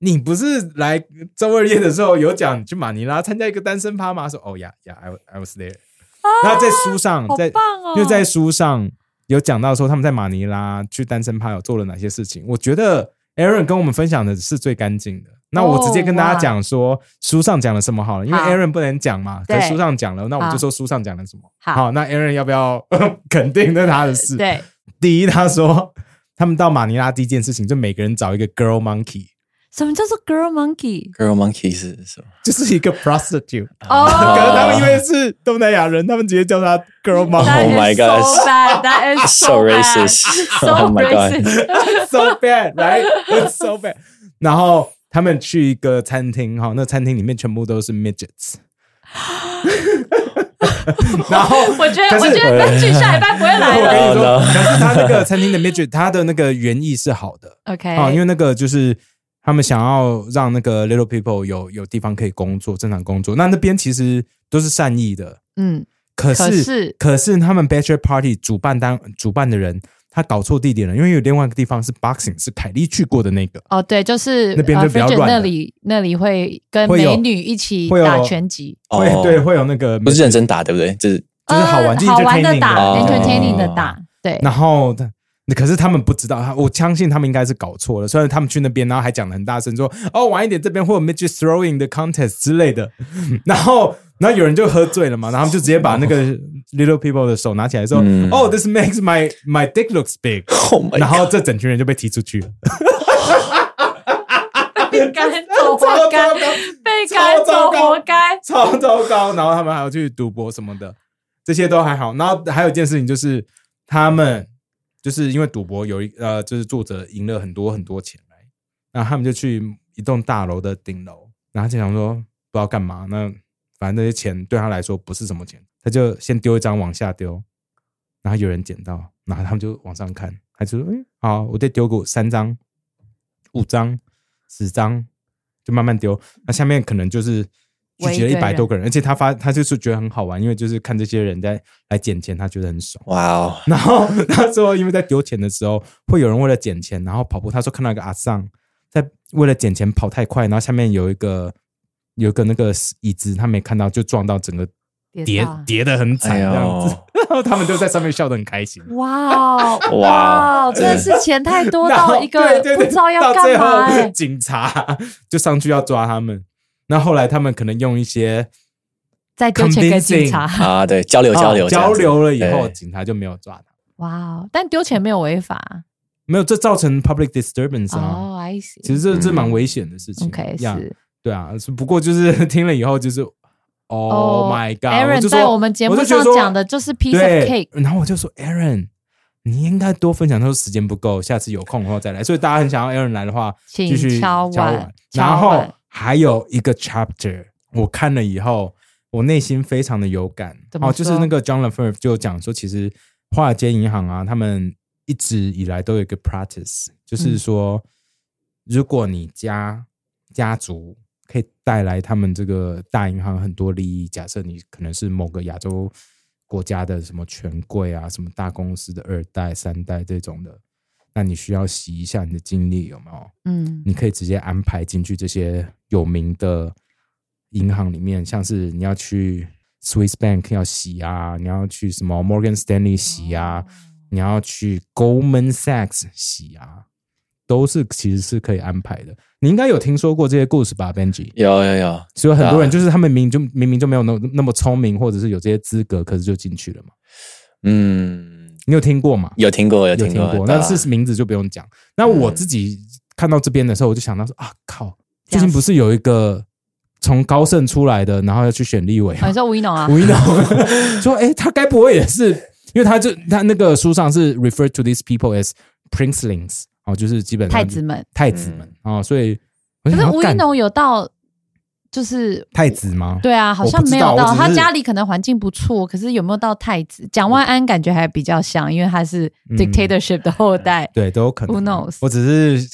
Speaker 3: 你不是来周二夜的时候有讲你去马尼拉参加一个单身趴吗？”他说：“哦呀呀，I wa- I was there。”那在书上，
Speaker 1: 啊好
Speaker 3: 在
Speaker 1: 棒哦！
Speaker 3: 因为在书上有讲到说他们在马尼拉去单身趴有做了哪些事情。我觉得 Aaron 跟我们分享的是最干净的。那我直接跟大家讲说书上讲了什么好了，因为
Speaker 1: 好
Speaker 3: Aaron 不能讲嘛，
Speaker 1: 对
Speaker 3: 在书上讲了，那我
Speaker 1: 好
Speaker 3: 就说书上讲了什么。
Speaker 1: 好
Speaker 3: 那 Aaron 要不要 肯定那是他的事？
Speaker 1: 对，
Speaker 3: 第一，他说他们到马尼拉第一件事情就每个人找一个 girl monkey。
Speaker 1: 什么叫做 girl monkey？
Speaker 2: Girl Monkey 是什么？
Speaker 3: 就是一个 prostitute。可
Speaker 2: 啊
Speaker 3: 能
Speaker 1: 哦
Speaker 3: 他们因为是东南亚人，他们直接叫他 girl
Speaker 1: That
Speaker 3: mom。
Speaker 2: Oh my
Speaker 1: is so
Speaker 2: gosh.
Speaker 1: bad. That is
Speaker 2: So racist.
Speaker 1: So
Speaker 2: Oh my God.
Speaker 1: racist.
Speaker 3: so bad, right? It's so bad. 然后他们去一个餐厅，哈，那餐厅里面全部都是 midgets。然后
Speaker 1: 我觉得，
Speaker 3: 可
Speaker 1: 我
Speaker 3: 是
Speaker 1: 觉得那句下一班不会来
Speaker 3: 我 跟
Speaker 1: 了。
Speaker 3: 你说，
Speaker 2: No, no.
Speaker 3: 可是他那个餐厅的 midget，他的那个原意是好的
Speaker 1: OK，
Speaker 3: 啊，因为那个就是他们想要让那个 little people 有有地方可以工作，正常工作。那那边其实都是善意的，
Speaker 1: 嗯，
Speaker 3: 可是
Speaker 1: 可是
Speaker 3: 可是他们 bachelor party 主办单主办的人他搞错地点了，因为有另外一个地方是 boxing，是凯莉去过的那个。
Speaker 1: 哦，对，就是
Speaker 3: 那边就比较
Speaker 1: Virgin
Speaker 3: 乱了
Speaker 1: 那里那里会跟
Speaker 3: 会有
Speaker 1: 美女一起
Speaker 3: 会有
Speaker 1: 打拳击，
Speaker 3: 会、
Speaker 2: 哦
Speaker 3: 对，会有那个
Speaker 2: 不是认真打，对不对？就是
Speaker 3: 就是好玩
Speaker 1: 呃
Speaker 3: 就是
Speaker 1: 好玩的打，entertaining
Speaker 2: entertaining 的
Speaker 1: 的
Speaker 3: 哦
Speaker 1: 打，对，
Speaker 3: 然后他，可是他们不知道，他我相信他们应该是搞错了。虽然他们去那边，然后还讲的很大声说：“哦，晚一点这边会有 midget throwing 的 contest 之类的。”然后，然后有人就喝醉了嘛，然后他们就直接把那个 little people 的手拿起来说：“
Speaker 2: 嗯
Speaker 3: 哦、t h i s makes my my dick looks big。
Speaker 2: Oh ” my
Speaker 3: 然
Speaker 2: God！
Speaker 3: 后这整群人就被踢出去了，
Speaker 1: 被赶走
Speaker 3: 超
Speaker 1: 活该
Speaker 3: 糟，糕，
Speaker 1: 被赶走活该。
Speaker 3: 超糟糕。然后他们还要去赌博什么的，这些都还好。然后还有一件事情就是，他们就是因为赌博有一呃，就是作者赢了很多很多钱来，然后他们就去一栋大楼的顶楼，然后就想说不知道干嘛，那反正那些钱对他来说不是什么钱，他就先丢一张往下丢，然后有人捡到，然后他们就往上看，他就说：“嗯，好，我再丢个三张、五张、十张，就慢慢丢。”那下面可能就是聚集了
Speaker 1: 围一
Speaker 3: 一
Speaker 1: 堆
Speaker 3: 百
Speaker 1: 人
Speaker 3: 多个人，而且他发他就是觉得很好玩，因为就是看这些人在来捡钱，他觉得很爽。
Speaker 2: 哇哦，
Speaker 3: 然后他说，因为在丢钱的时候，会有人为了捡钱，然后跑步。他说看到一个阿桑在为了捡钱跑太快，然后下面有一个有一个那个椅子，他没看到，就撞到整个
Speaker 1: 跌啊
Speaker 3: 跌
Speaker 1: 倒
Speaker 3: 跌的很惨
Speaker 2: 哎
Speaker 3: 这样子。
Speaker 2: 呦，
Speaker 3: 然后他们就在上面笑得很开心。
Speaker 1: 哇哦
Speaker 2: 哇
Speaker 1: 哇哦，真的是钱太多
Speaker 3: 然后
Speaker 1: 到一个
Speaker 3: 对对
Speaker 1: 不
Speaker 3: 对
Speaker 1: 知道要
Speaker 3: 到
Speaker 1: 干
Speaker 3: 最
Speaker 1: 嘛
Speaker 3: 后
Speaker 1: 欸。
Speaker 3: 警察就上去要抓他们。那后来他们可能用一些
Speaker 1: 再丢钱给警察，
Speaker 2: 啊，对，交 流交流
Speaker 3: 哦交流了以
Speaker 2: 这样
Speaker 3: 后，
Speaker 2: 子对
Speaker 3: 警察就没有抓他。
Speaker 1: 哇哦！但丢钱没有违法
Speaker 3: 没有，这造成 public disturbance 啊。
Speaker 1: 哦，I
Speaker 3: 其
Speaker 1: see。
Speaker 3: 实这这
Speaker 2: 嗯
Speaker 3: 蛮危险的事情。啊
Speaker 1: OK，
Speaker 3: 呀
Speaker 1: 是
Speaker 3: 对啊，是不过就是 听了以后就是，Oh my God！我
Speaker 1: 哦 Aaron
Speaker 3: 就
Speaker 1: 在
Speaker 3: 说
Speaker 1: 我们节目
Speaker 3: 就觉
Speaker 1: 上
Speaker 3: 得说
Speaker 1: 讲的就是 piece of
Speaker 3: 对
Speaker 1: cake，，
Speaker 3: 然后我就说 Aaron，你应该多分享。他说时间不够，下次有空的话再来。所以大家很想要 Aaron 来的话，继续
Speaker 1: 请敲碗，敲
Speaker 3: 然后
Speaker 1: 碗
Speaker 3: 还有一个 chapter，我看了以后，我内心非常的有感。
Speaker 1: 怎么
Speaker 3: 哦，就是
Speaker 1: 说
Speaker 3: 那个 John Lefevre 就讲说，其实华尔街银行啊，他们一直以来都有一个 practice，就是
Speaker 1: 嗯
Speaker 3: 说，如果你家家族可以带来他们这个大银行很多利益，假设你可能是某个亚洲国家的什么权贵啊，什么大公司的二代、三代这种的。那你需要洗一下你的经历，有没有？
Speaker 1: 嗯
Speaker 3: 你可以直接安排进去这些有名的银行里面，像是你要去 Swiss Bank 要洗啊，你要去什么 Morgan Stanley 洗啊，你要去 Goldman Sachs 洗啊，都是其实是可以安排的。你应该有听说过这些故事吧，Benji？
Speaker 2: 有有有，
Speaker 3: 所以很多人就是他们明明就明明就没有那那么聪明，或者是有这些资格，可是就进去了嘛。
Speaker 2: 嗯，
Speaker 3: 你有听过吗？
Speaker 2: 有听过有
Speaker 3: 有
Speaker 2: 听
Speaker 3: 听过，
Speaker 2: 对
Speaker 3: 那
Speaker 2: 啊
Speaker 3: 是名字就不用讲。那我自己看到这边的时候，我就想到说啊，靠，
Speaker 1: 这
Speaker 3: 最
Speaker 1: 样
Speaker 3: 近不是有一个从高盛出来的，然后要去选立委吗
Speaker 1: 哦，你，说吴一农啊
Speaker 3: 吴一农 说，哎、他该不会也是，因为他就他那个书上是 refer to these people as princelings，哦，就是基本上
Speaker 1: 太子们，
Speaker 3: 太子们哦，所以我
Speaker 1: 可是
Speaker 3: 想要
Speaker 1: 吴一
Speaker 3: 干
Speaker 1: 农有到就是
Speaker 3: 太子吗？
Speaker 1: 对啊，好像没
Speaker 3: 我
Speaker 1: 有
Speaker 3: 不知道
Speaker 1: 到
Speaker 3: 我只
Speaker 1: 他
Speaker 3: 是
Speaker 1: 家里可能环境不错，可是有没有到太子？蒋万安感觉还比较像，因为他是
Speaker 3: 嗯
Speaker 1: dictatorship 的后代。
Speaker 3: 对，都有可能。啊
Speaker 1: Who knows？
Speaker 3: 我只是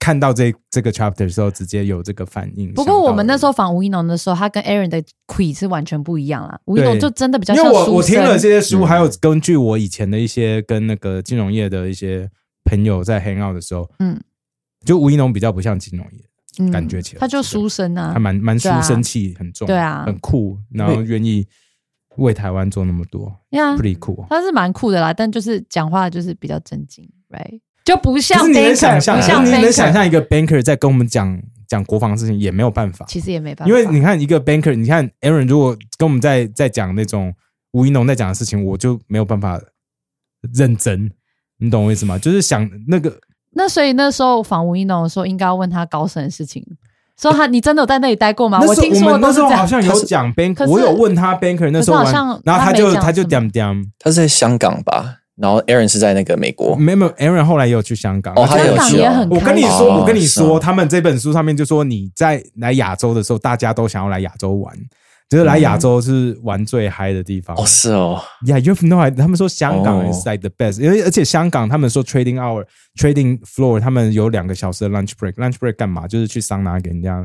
Speaker 3: 看到这这个 chapter 的时候，直接有这个反应。
Speaker 1: 不
Speaker 3: 想
Speaker 1: 过
Speaker 3: 到
Speaker 1: 我们那
Speaker 3: 而已
Speaker 1: 时候访吴一农的时候，他跟 Aaron 的 q 是完全不一样啦。吴一
Speaker 3: 对
Speaker 1: 农就真的比较
Speaker 3: 因
Speaker 1: 像
Speaker 3: 为我
Speaker 1: 书
Speaker 3: 我听了
Speaker 1: 生
Speaker 3: 这些书，
Speaker 2: 嗯
Speaker 3: 还有根据我以前的一些跟那个金融业的一些朋友在 hang out 的时候，
Speaker 1: 嗯，
Speaker 3: 就吴一农比较不像金融业，
Speaker 1: 嗯
Speaker 3: 感觉起来
Speaker 1: 他就书生
Speaker 3: 他
Speaker 1: 啊。
Speaker 3: 蛮蛮书
Speaker 1: 对啊
Speaker 3: 生气很重，
Speaker 1: 对啊
Speaker 3: 很酷，然后愿意为台湾做那么多
Speaker 1: 呀，
Speaker 3: ，pretty cool。
Speaker 1: 他是蛮酷的啦，但就是讲话就是比较正经，right？就不像
Speaker 3: 可是你能
Speaker 1: Baker，
Speaker 3: 想象，
Speaker 1: 不
Speaker 3: 可是
Speaker 1: 像
Speaker 3: 你能
Speaker 1: Baker，
Speaker 3: 想象一个 banker 在跟我们讲讲国防的事情，也没有办法，
Speaker 1: 其实也没办法，
Speaker 3: 因为你看一个 banker，你看 Aaron 如果跟我们在在讲那种吴一农在讲的事情，我就没有办法认真，你懂我意思吗？就是想那个
Speaker 1: 那所以那时候访吴一农的时候，应该要问他高盛的事情，说他你真的有在那里待过吗？
Speaker 3: 那
Speaker 1: 我
Speaker 3: 时候
Speaker 1: 听
Speaker 3: 我
Speaker 1: 说
Speaker 3: 们
Speaker 1: 都
Speaker 3: 那
Speaker 1: 是
Speaker 3: 时
Speaker 1: 这
Speaker 3: 候好
Speaker 1: 样。
Speaker 3: 像有讲 bank，
Speaker 1: 可是
Speaker 3: 我有问他 banker 那时候
Speaker 1: 可
Speaker 3: 玩
Speaker 1: 是好像，
Speaker 3: 然后
Speaker 1: 他没
Speaker 3: 就
Speaker 1: 讲
Speaker 3: 他就
Speaker 1: 什么
Speaker 3: 点点，
Speaker 2: 他是在香港吧，然后 Aaron 是在那个美国。
Speaker 3: 没有没有，Aaron 后来也有去香港，
Speaker 2: 哦，他
Speaker 3: 而且
Speaker 1: 香
Speaker 2: 有
Speaker 1: 港
Speaker 2: 去
Speaker 1: 也
Speaker 2: 哦
Speaker 1: 很
Speaker 3: 我跟你
Speaker 1: 开
Speaker 3: 说，
Speaker 2: 心
Speaker 3: 我跟你说，
Speaker 2: 哦
Speaker 3: 他们这本书上面就说，你在来亚洲的时候，大家都想要来亚洲玩，就是来亚洲是玩最嗨的地方。
Speaker 2: 哦，是哦，
Speaker 3: Yeah, you have no idea。他们说香港
Speaker 2: 哦
Speaker 3: is like the best，因为而且香港他们说 trading hour、trading floor，他们有两个小时的 lunch break。lunch break 干嘛？就是去桑拿给人家，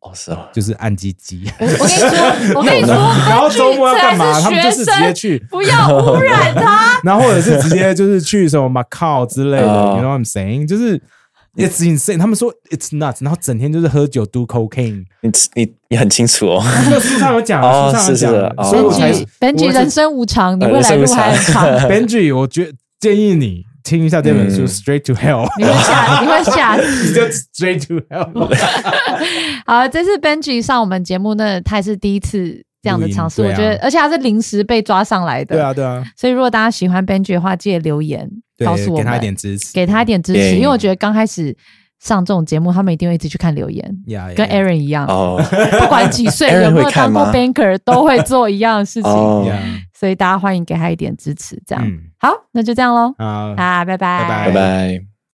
Speaker 2: 哦是哦，
Speaker 3: 就是按鸡鸡。
Speaker 1: 我我跟你说，我跟你说，
Speaker 3: 然后周末 要干嘛？他
Speaker 1: 这
Speaker 3: 们
Speaker 1: 才
Speaker 3: 就
Speaker 1: 学
Speaker 3: 是是直接
Speaker 1: 生，
Speaker 3: 去，
Speaker 1: 不要污染他。
Speaker 3: 然后或者是直接就是去什么 Macau 之类的、
Speaker 2: 哦
Speaker 3: y o u know what I'm saying？就是 it's insane。他们说 it's nuts，然后整天就是喝酒 do cocaine。
Speaker 2: 你你你很清楚哦，
Speaker 3: 这个书上有讲，啊
Speaker 2: 哦
Speaker 3: 书上
Speaker 2: 是
Speaker 3: 有讲的，
Speaker 2: 是是哦
Speaker 3: 所以我呃才
Speaker 1: Benji Benji 人生无常，你未来
Speaker 2: 人
Speaker 1: 路
Speaker 2: 生无
Speaker 1: 还很
Speaker 2: 常
Speaker 1: 长，
Speaker 3: Benji，我觉建议你听一下这本书《
Speaker 2: 嗯
Speaker 3: Straight to Hell》
Speaker 1: 你会吓，你会吓死。
Speaker 3: 你就 Straight to Hell。
Speaker 1: 好，这次 Benji 上我们节目，那他也是第一次这样的尝试，
Speaker 3: 录
Speaker 1: 我
Speaker 3: 音
Speaker 1: 觉
Speaker 3: 对啊
Speaker 1: 得，而且他是临时被抓上来的，
Speaker 3: 对啊，对啊，
Speaker 1: 所以如果大家喜欢 Benji 的话，记得留言告诉
Speaker 3: 对，
Speaker 1: 我
Speaker 3: 给
Speaker 1: 们，
Speaker 3: 他一点支持，
Speaker 1: 给他一点支持，
Speaker 2: 对
Speaker 1: 因为我觉得刚开始上这种节目，他们一定会一直去看留言，
Speaker 3: 呀，
Speaker 1: 跟 Aaron 一样，
Speaker 2: 哦
Speaker 1: 不管几岁
Speaker 2: Aaron
Speaker 1: 有没有
Speaker 2: 会
Speaker 1: 当
Speaker 2: 看
Speaker 1: 过
Speaker 2: 吗
Speaker 1: banker，都会做一样的事情，
Speaker 2: 哦，
Speaker 3: 呀，
Speaker 1: 所以大家欢迎给他一点支持，这样
Speaker 3: 嗯，
Speaker 1: 好，那就这样喽，
Speaker 3: 好，
Speaker 1: 啊，拜拜，
Speaker 3: 拜拜
Speaker 2: 拜拜。